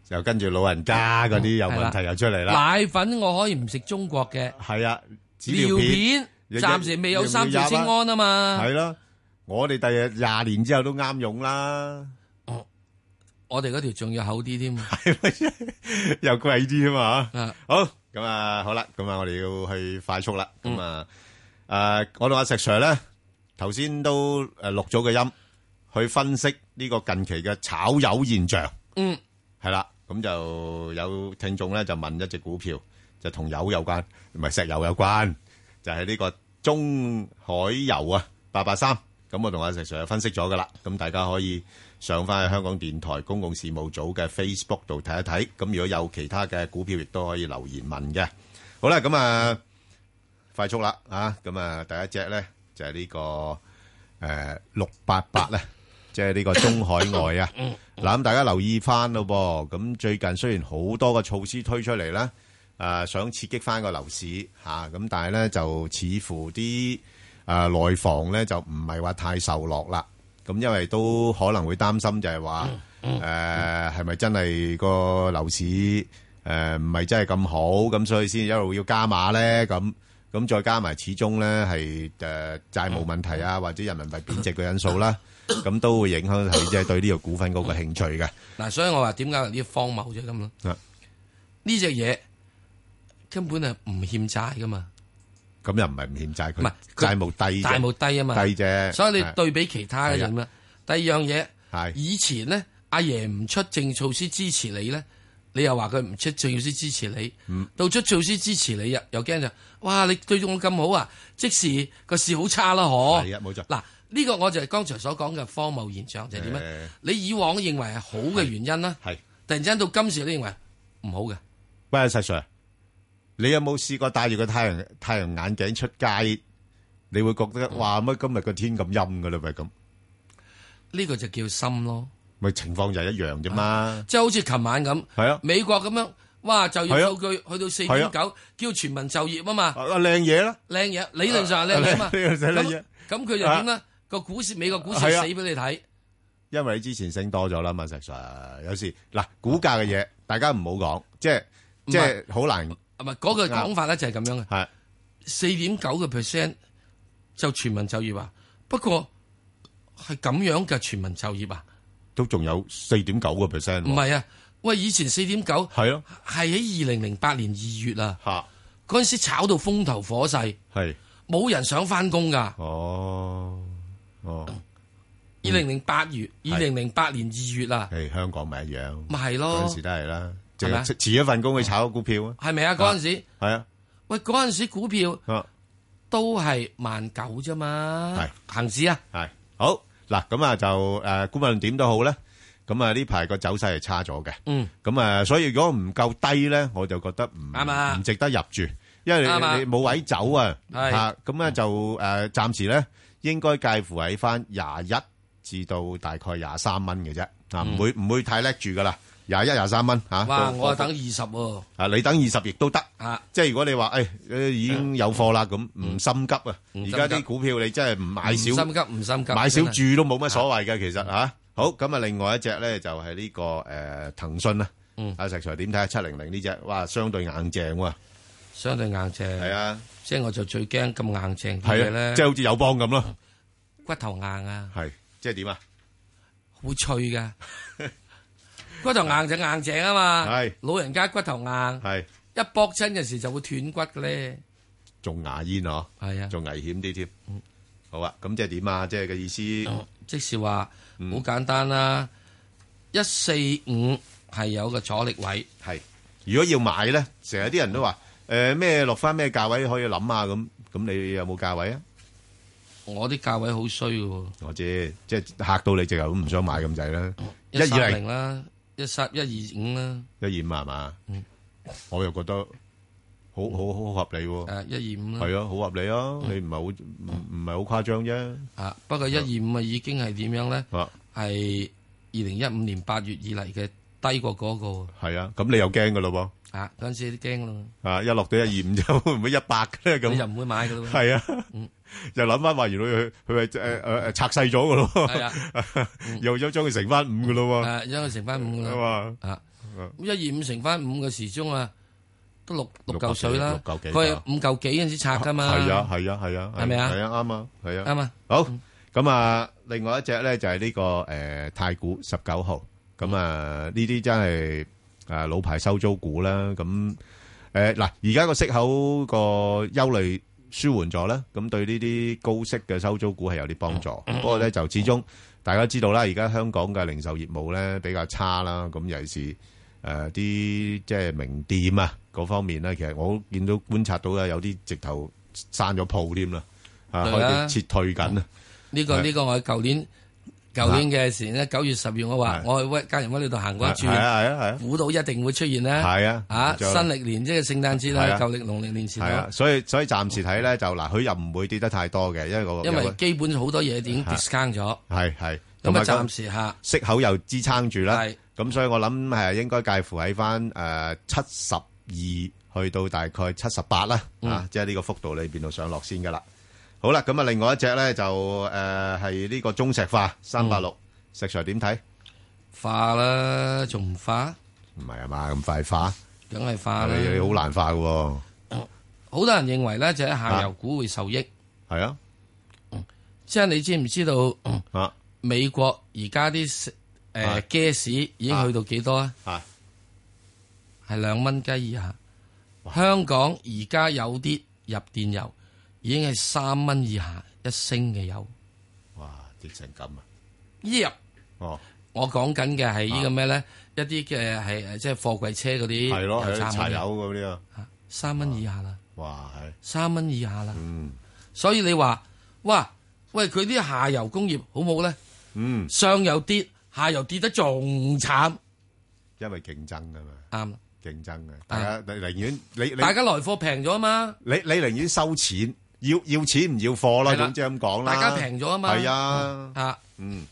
[SPEAKER 3] 又跟住老人家嗰啲有
[SPEAKER 4] 嗯係啦
[SPEAKER 3] 問題又出嚟嗯啦。
[SPEAKER 4] 奶粉我可以唔食中國嘅，
[SPEAKER 3] 係啊，紙尿
[SPEAKER 4] 尿片暫時未有三兆清安啊嘛。
[SPEAKER 3] 係咯，我哋第日廿年之後都啱用啦。 <laughs>
[SPEAKER 4] 我哋嗰條仲要厚啲添。
[SPEAKER 3] 又貴啲啊
[SPEAKER 4] 嘛。
[SPEAKER 3] 好，咁啊，好啦，咁啊，我哋要去快速啦。咁啊，誒，我同阿石 Sir 咧，頭先都誒錄咗個音，去分析呢個近期嘅炒油現象。
[SPEAKER 4] 嗯，
[SPEAKER 3] 係啦，咁就有聽眾咧就問一隻股票，就同油有關，唔係石油有關，就係呢個中海油啊，八八三。咁我同阿石 Sir 分析咗噶啦，咁大家可以上翻去香港電台公共事務組嘅 Facebook 度睇一睇。咁如果有其他嘅股票，亦都可以留言問嘅。好啦，咁啊快速啦啊，咁啊第一隻咧就係呢個誒六八八咧，即係呢個中海外啊。嗱，咁大家留意翻咯噃。咁最近雖然好多嘅措施推出嚟啦，誒想刺激翻個樓市嚇，咁但係咧就似乎啲誒內房咧就唔係話太受落啦。咁因為都可能會擔心就係話誒係咪真係個樓市誒唔係真係咁好，咁所以先一路要加碼咧咁。咁再加埋，始終咧係誒債務問題啊，或者人民幣貶值嘅因素啦，咁都會影響投資者對呢個股份嗰個興趣嘅。
[SPEAKER 4] 嗱，所以我話點解啲荒謬啫咁咯？
[SPEAKER 3] 啊
[SPEAKER 4] 呢只嘢根本係唔欠債噶嘛，
[SPEAKER 3] 咁又唔係唔欠債，佢
[SPEAKER 4] 唔係
[SPEAKER 3] 債務低啫，
[SPEAKER 4] 債務低啊嘛，
[SPEAKER 3] 低啫。
[SPEAKER 4] 所以你對
[SPEAKER 3] 係啊
[SPEAKER 4] 比其他嘅人啦。第二樣嘢，以前咧阿爺唔出政措施支持你咧，你又話佢唔出政措施支持你，
[SPEAKER 3] 嗯
[SPEAKER 4] 到出措施支持你又啊又驚就，哇！你對我咁好啊，即時個市好差啦，嗬。
[SPEAKER 3] 係啊冇錯
[SPEAKER 4] 嗱，呢個我就係剛才所講嘅荒謬現象就係點咧？你以往認為係好嘅原因啦，
[SPEAKER 3] 係
[SPEAKER 4] 突然之間到今時你認為唔好嘅。
[SPEAKER 3] 喂，石 Sir，你有冇試過戴住個太陽太陽眼鏡出街？你會覺得哇乜今日個天咁陰㗎啦，咪咁
[SPEAKER 4] 呢個就叫心咯，
[SPEAKER 3] 咪情況就係一樣啫嘛。
[SPEAKER 4] 即係好似琴晚咁，
[SPEAKER 3] 係啊，
[SPEAKER 4] 美國咁樣，哇就業
[SPEAKER 3] 係啊
[SPEAKER 4] 數據去到四
[SPEAKER 3] 係
[SPEAKER 4] 點
[SPEAKER 3] 啊
[SPEAKER 4] 九，叫全民就業啊嘛，
[SPEAKER 3] 靚嘢啦，
[SPEAKER 4] 靚嘢理論上係靚嘢嘛，
[SPEAKER 3] <laughs> 啊理論上係靚嘢啊
[SPEAKER 4] 咁咁佢就點咧？個股市美國股市
[SPEAKER 3] 係啊
[SPEAKER 4] 死俾你睇，
[SPEAKER 3] 因為你之前升多咗啦嘛，石 Sir。有時嗱，股價嘅嘢大家唔好講，即係
[SPEAKER 4] 唔係
[SPEAKER 3] 即係好難。
[SPEAKER 4] 啊唔係嗰個
[SPEAKER 3] 啊
[SPEAKER 4] 講法咧就係咁樣嘅，
[SPEAKER 3] 係
[SPEAKER 4] 四點九個 percent 就全民就業啊，不過係咁樣嘅全民就業啊，
[SPEAKER 3] 都仲有四點九個 percent。
[SPEAKER 4] 唔係啊，喂以前四點九
[SPEAKER 3] 係啊，
[SPEAKER 4] 係喺二零零八年二月啊，
[SPEAKER 3] 嚇
[SPEAKER 4] 嗰陣時炒到風頭火勢，
[SPEAKER 3] 係
[SPEAKER 4] 冇人想翻工㗎。
[SPEAKER 3] 哦哦，
[SPEAKER 4] 二零零八月，
[SPEAKER 3] 嗯
[SPEAKER 4] 二零零八年二月啊，
[SPEAKER 3] 誒香港咪一樣，
[SPEAKER 4] 咪係咯
[SPEAKER 3] 嗰陣時都係啦，
[SPEAKER 4] 係
[SPEAKER 3] 就
[SPEAKER 4] 咪啊
[SPEAKER 3] 辭辭咗份工去炒股票啊。
[SPEAKER 4] 係咪啊？嗰陣時，
[SPEAKER 3] 係啊，
[SPEAKER 4] 喂，嗰陣時股票
[SPEAKER 3] 啊
[SPEAKER 4] 都係萬九啫嘛，
[SPEAKER 3] 係
[SPEAKER 4] 行市啊，
[SPEAKER 3] 係好嗱，咁啊就誒，估論點都好咧，咁啊呢排個走勢係差咗嘅。
[SPEAKER 4] 嗯，
[SPEAKER 3] 咁啊，所以如果唔夠低咧，我就覺得唔
[SPEAKER 4] 啱啊
[SPEAKER 3] 唔值得入住，因為你
[SPEAKER 4] 啱啊
[SPEAKER 3] 你冇位走啊，
[SPEAKER 4] 係
[SPEAKER 3] 嚇咁咧就誒暫時咧應該介乎喺翻廿一至到大概廿三蚊嘅啫，啊唔會唔會太叻住噶啦，廿一廿三蚊嚇。
[SPEAKER 4] 哇！
[SPEAKER 3] 都
[SPEAKER 4] 我等二十喎，
[SPEAKER 3] 啊，你等二十亦都得
[SPEAKER 4] 啊！
[SPEAKER 3] 即係如果你話誒誒已經有貨啦，咁唔心急啊！而
[SPEAKER 4] 急
[SPEAKER 3] 家啲股票你真係唔買少，
[SPEAKER 4] 唔心急唔心急
[SPEAKER 3] 買少
[SPEAKER 4] 真係
[SPEAKER 3] 注都冇乜所謂嘅，其實嚇。好咁啊，另外一隻咧就係呢個誒騰訊啦。阿石 Sir 點睇啊？七零零呢只哇，相對硬淨喎，
[SPEAKER 4] 相對硬淨
[SPEAKER 3] 係啊，
[SPEAKER 4] 即係我就最驚咁硬淨啲
[SPEAKER 3] 係
[SPEAKER 4] 嘢
[SPEAKER 3] 啊，
[SPEAKER 4] 咧，
[SPEAKER 3] 即係好似友邦咁咯，
[SPEAKER 4] 骨頭硬啊，
[SPEAKER 3] 係即係點啊？
[SPEAKER 4] 好脆噶， <laughs> 骨頭硬就硬淨啊嘛，
[SPEAKER 3] 係
[SPEAKER 4] 老人家骨頭硬，
[SPEAKER 3] 係
[SPEAKER 4] 一搏親嘅時就會斷骨嘅咧。
[SPEAKER 3] 仲牙煙嗬，
[SPEAKER 4] 係啊，
[SPEAKER 3] 仲危險啲添。好啊，咁即係點啊？即係嘅意思，
[SPEAKER 4] 哦即是話
[SPEAKER 3] 嗯
[SPEAKER 4] 好簡單啦，一四五係有個阻力位，
[SPEAKER 3] 係如果要買咧，成日啲人都話誒咩落翻咩價位可以諗下咁，咁你有冇價位啊？
[SPEAKER 4] 我啲價位好衰嘅喎，
[SPEAKER 3] 我知，即係嚇到你直頭都唔想買咁滯啦，哦一
[SPEAKER 4] 一
[SPEAKER 3] 二
[SPEAKER 4] 三
[SPEAKER 3] 零
[SPEAKER 4] 零啦，一三一二五啦，
[SPEAKER 3] 一二五係嘛？
[SPEAKER 4] 嗯
[SPEAKER 3] 我又覺得好好好合理喎。
[SPEAKER 4] 誒一二五啦，
[SPEAKER 3] 哦係啊，好合理啊，
[SPEAKER 4] 嗯
[SPEAKER 3] 你唔係好唔唔係好誇張啫。
[SPEAKER 4] 啊不過一二五啊已經係點樣咧？
[SPEAKER 3] 啊
[SPEAKER 4] 係二零一五年八月以嚟嘅低過嗰個喎
[SPEAKER 3] 係啊，咁你又驚噶咯
[SPEAKER 4] 啊嗰陣時都驚啦，
[SPEAKER 3] 喎，啊一落到一二五就 <laughs> 會唔會一百咧咁？
[SPEAKER 4] 你嗯就唔會買嘅咯喎
[SPEAKER 3] 係啊，就諗翻話原來佢佢係誒誒誒拆細咗噶咯喎，
[SPEAKER 4] 係啊
[SPEAKER 3] 又 <laughs> 又將佢乘翻五噶咯喎，
[SPEAKER 4] 誒因為乘翻五㗎啦，
[SPEAKER 3] 啊
[SPEAKER 4] 啊咁一二五乘翻五嘅時鐘啊都六六
[SPEAKER 3] 六
[SPEAKER 4] 嚿
[SPEAKER 3] 嚿
[SPEAKER 4] 水啦，
[SPEAKER 3] 幾六嚿幾啊
[SPEAKER 4] 佢係五嚿幾嗰陣時拆㗎嘛，
[SPEAKER 3] 係啊，係啊，係啊，
[SPEAKER 4] 係咪啊
[SPEAKER 3] 係啊，啱啊，係啊，
[SPEAKER 4] 啱啊。
[SPEAKER 3] 好，咁啊，另外一隻咧就係呢個誒太古十九號，咁啊呢啲真係誒老牌收租股啦，咁誒嗱，而家個息口個憂慮舒緩咗啦，咁對呢啲高息嘅收租股係有啲幫助，不過咧就始終大家知道啦，而家香港嘅零售業務咧比較差啦，咁尤其是。誒啲即係名店啊嗰方面咧，其實我見到觀察到咧，有啲直頭閂咗鋪添啦，啊
[SPEAKER 4] 對
[SPEAKER 3] 開
[SPEAKER 4] 啊
[SPEAKER 3] 始撤退緊啊，
[SPEAKER 4] 呢個呢個我舊年舊年嘅時咧，九月十月我話我去威嘉仁威呢度行過一
[SPEAKER 3] 係啊係啊係
[SPEAKER 4] 轉，
[SPEAKER 3] 啊
[SPEAKER 4] 估到一定會出現咧。
[SPEAKER 3] 係啊
[SPEAKER 4] 啊
[SPEAKER 3] 就
[SPEAKER 4] 新歷年即係聖誕節
[SPEAKER 3] 係
[SPEAKER 4] 啦
[SPEAKER 3] 啊，
[SPEAKER 4] 舊歷農曆年前
[SPEAKER 3] 係啊，
[SPEAKER 4] 啦，
[SPEAKER 3] 所以-所以暫時睇呢，就嗱，佢又唔會跌得太多嘅，因為個-
[SPEAKER 4] 因為
[SPEAKER 3] 有個-
[SPEAKER 4] 基本好多嘢已經
[SPEAKER 3] 係
[SPEAKER 4] discount 咗。
[SPEAKER 3] 係，係。
[SPEAKER 4] 咁啊，
[SPEAKER 3] 同埋個
[SPEAKER 4] 暫時嚇
[SPEAKER 3] 息口又支撐住啦，咁所以我諗係應該介乎喺返，誒，72去到大概78啦，
[SPEAKER 16] 嗯。
[SPEAKER 3] 啊，即係呢個幅度裏邊度上落先㗎啦。好啦，咁啊，另外一隻呢，就，誒，係呢個中石化，386，石Sir點睇？唔係啊嘛，咁快化？
[SPEAKER 4] 梗係化啦。
[SPEAKER 3] 你-你好難化㗎喎。
[SPEAKER 4] 好多人認為咧，就係下游股會受益。
[SPEAKER 3] 係啊，
[SPEAKER 4] 即係你知唔知道？嗯
[SPEAKER 3] 啊，
[SPEAKER 4] 美國而家啲
[SPEAKER 3] 啊
[SPEAKER 4] 誒 gas 已經去到幾多啊？
[SPEAKER 3] 啊，
[SPEAKER 4] 係兩蚊雞以下。香港而家有啲入電油已經係三蚊以下一升嘅油。
[SPEAKER 3] 哇，跌成咁啊。哦，
[SPEAKER 4] 呢入
[SPEAKER 3] 哦
[SPEAKER 4] 我講緊嘅
[SPEAKER 3] 啊
[SPEAKER 4] 係呢個咩咧？一啲嘅係誒即係貨櫃車嗰啲
[SPEAKER 3] 係咯，係咯
[SPEAKER 4] 站
[SPEAKER 3] 柴
[SPEAKER 4] 嗰啲
[SPEAKER 3] 油啊嗰啲啊，
[SPEAKER 4] 三蚊以下啦。
[SPEAKER 3] 哇，係
[SPEAKER 4] 三蚊以下啦。
[SPEAKER 3] 嗯
[SPEAKER 4] 所以你話，哇，喂，佢啲下游工業好冇咧？
[SPEAKER 3] 嗯，
[SPEAKER 4] 上游跌，下游跌得仲慘。
[SPEAKER 3] 因為競爭噶嘛，
[SPEAKER 4] 啱啦，
[SPEAKER 3] 競爭嘅，大家你寧願你你
[SPEAKER 4] 啊大家來貨平咗啊嘛，
[SPEAKER 3] 你你寧願收錢，要要錢唔要貨啦，
[SPEAKER 4] 係啦
[SPEAKER 3] 總之咁講啦，
[SPEAKER 4] 大家平咗啊嘛。
[SPEAKER 3] 係啊，
[SPEAKER 4] 啊，
[SPEAKER 3] 嗯，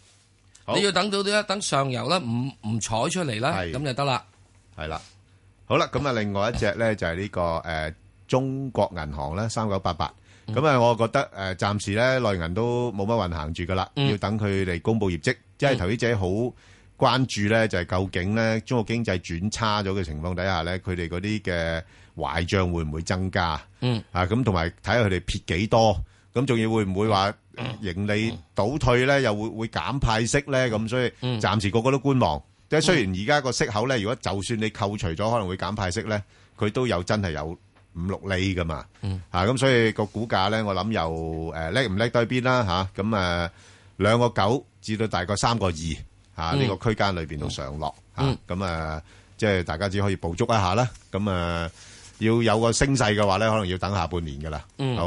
[SPEAKER 3] 好
[SPEAKER 4] 你要等到啲等上游啦，唔唔採出嚟啦，咁就得啦。
[SPEAKER 3] 係啦，好啦，咁啊，另外一隻咧就係呢個誒中國銀行咧，三九八八。咁啊，我覺得誒暫時咧內銀都冇乜運行住噶啦，
[SPEAKER 16] 嗯
[SPEAKER 3] 要等佢哋公布業績。即係投資者好關注咧，就係究竟咧中國經濟轉差咗嘅情況底下咧，佢哋嗰啲嘅壞帳會唔會增加？
[SPEAKER 4] 嗯
[SPEAKER 3] 啊，咁同埋睇下佢哋撇幾多，咁仲要會唔會話盈利倒退咧，又會會減派息咧？咁所以暫時個個都觀望。即係雖然而家個息口咧，如果就算你扣除咗可能會減派息咧，佢都有真係有五六厘噶嘛。
[SPEAKER 4] 嗯
[SPEAKER 3] 啊，咁所以個股價咧，我諗又誒叻唔叻對邊啦嚇，咁誒兩個九至到大概三個二嚇
[SPEAKER 16] 嗯
[SPEAKER 3] 呢個區間裏邊度上落嚇，
[SPEAKER 16] 嗯
[SPEAKER 3] 咁誒即係大家只可以捕捉一下啦，咁誒要有個升勢嘅話咧，可能要等下半年噶啦。
[SPEAKER 16] 嗯
[SPEAKER 3] 好。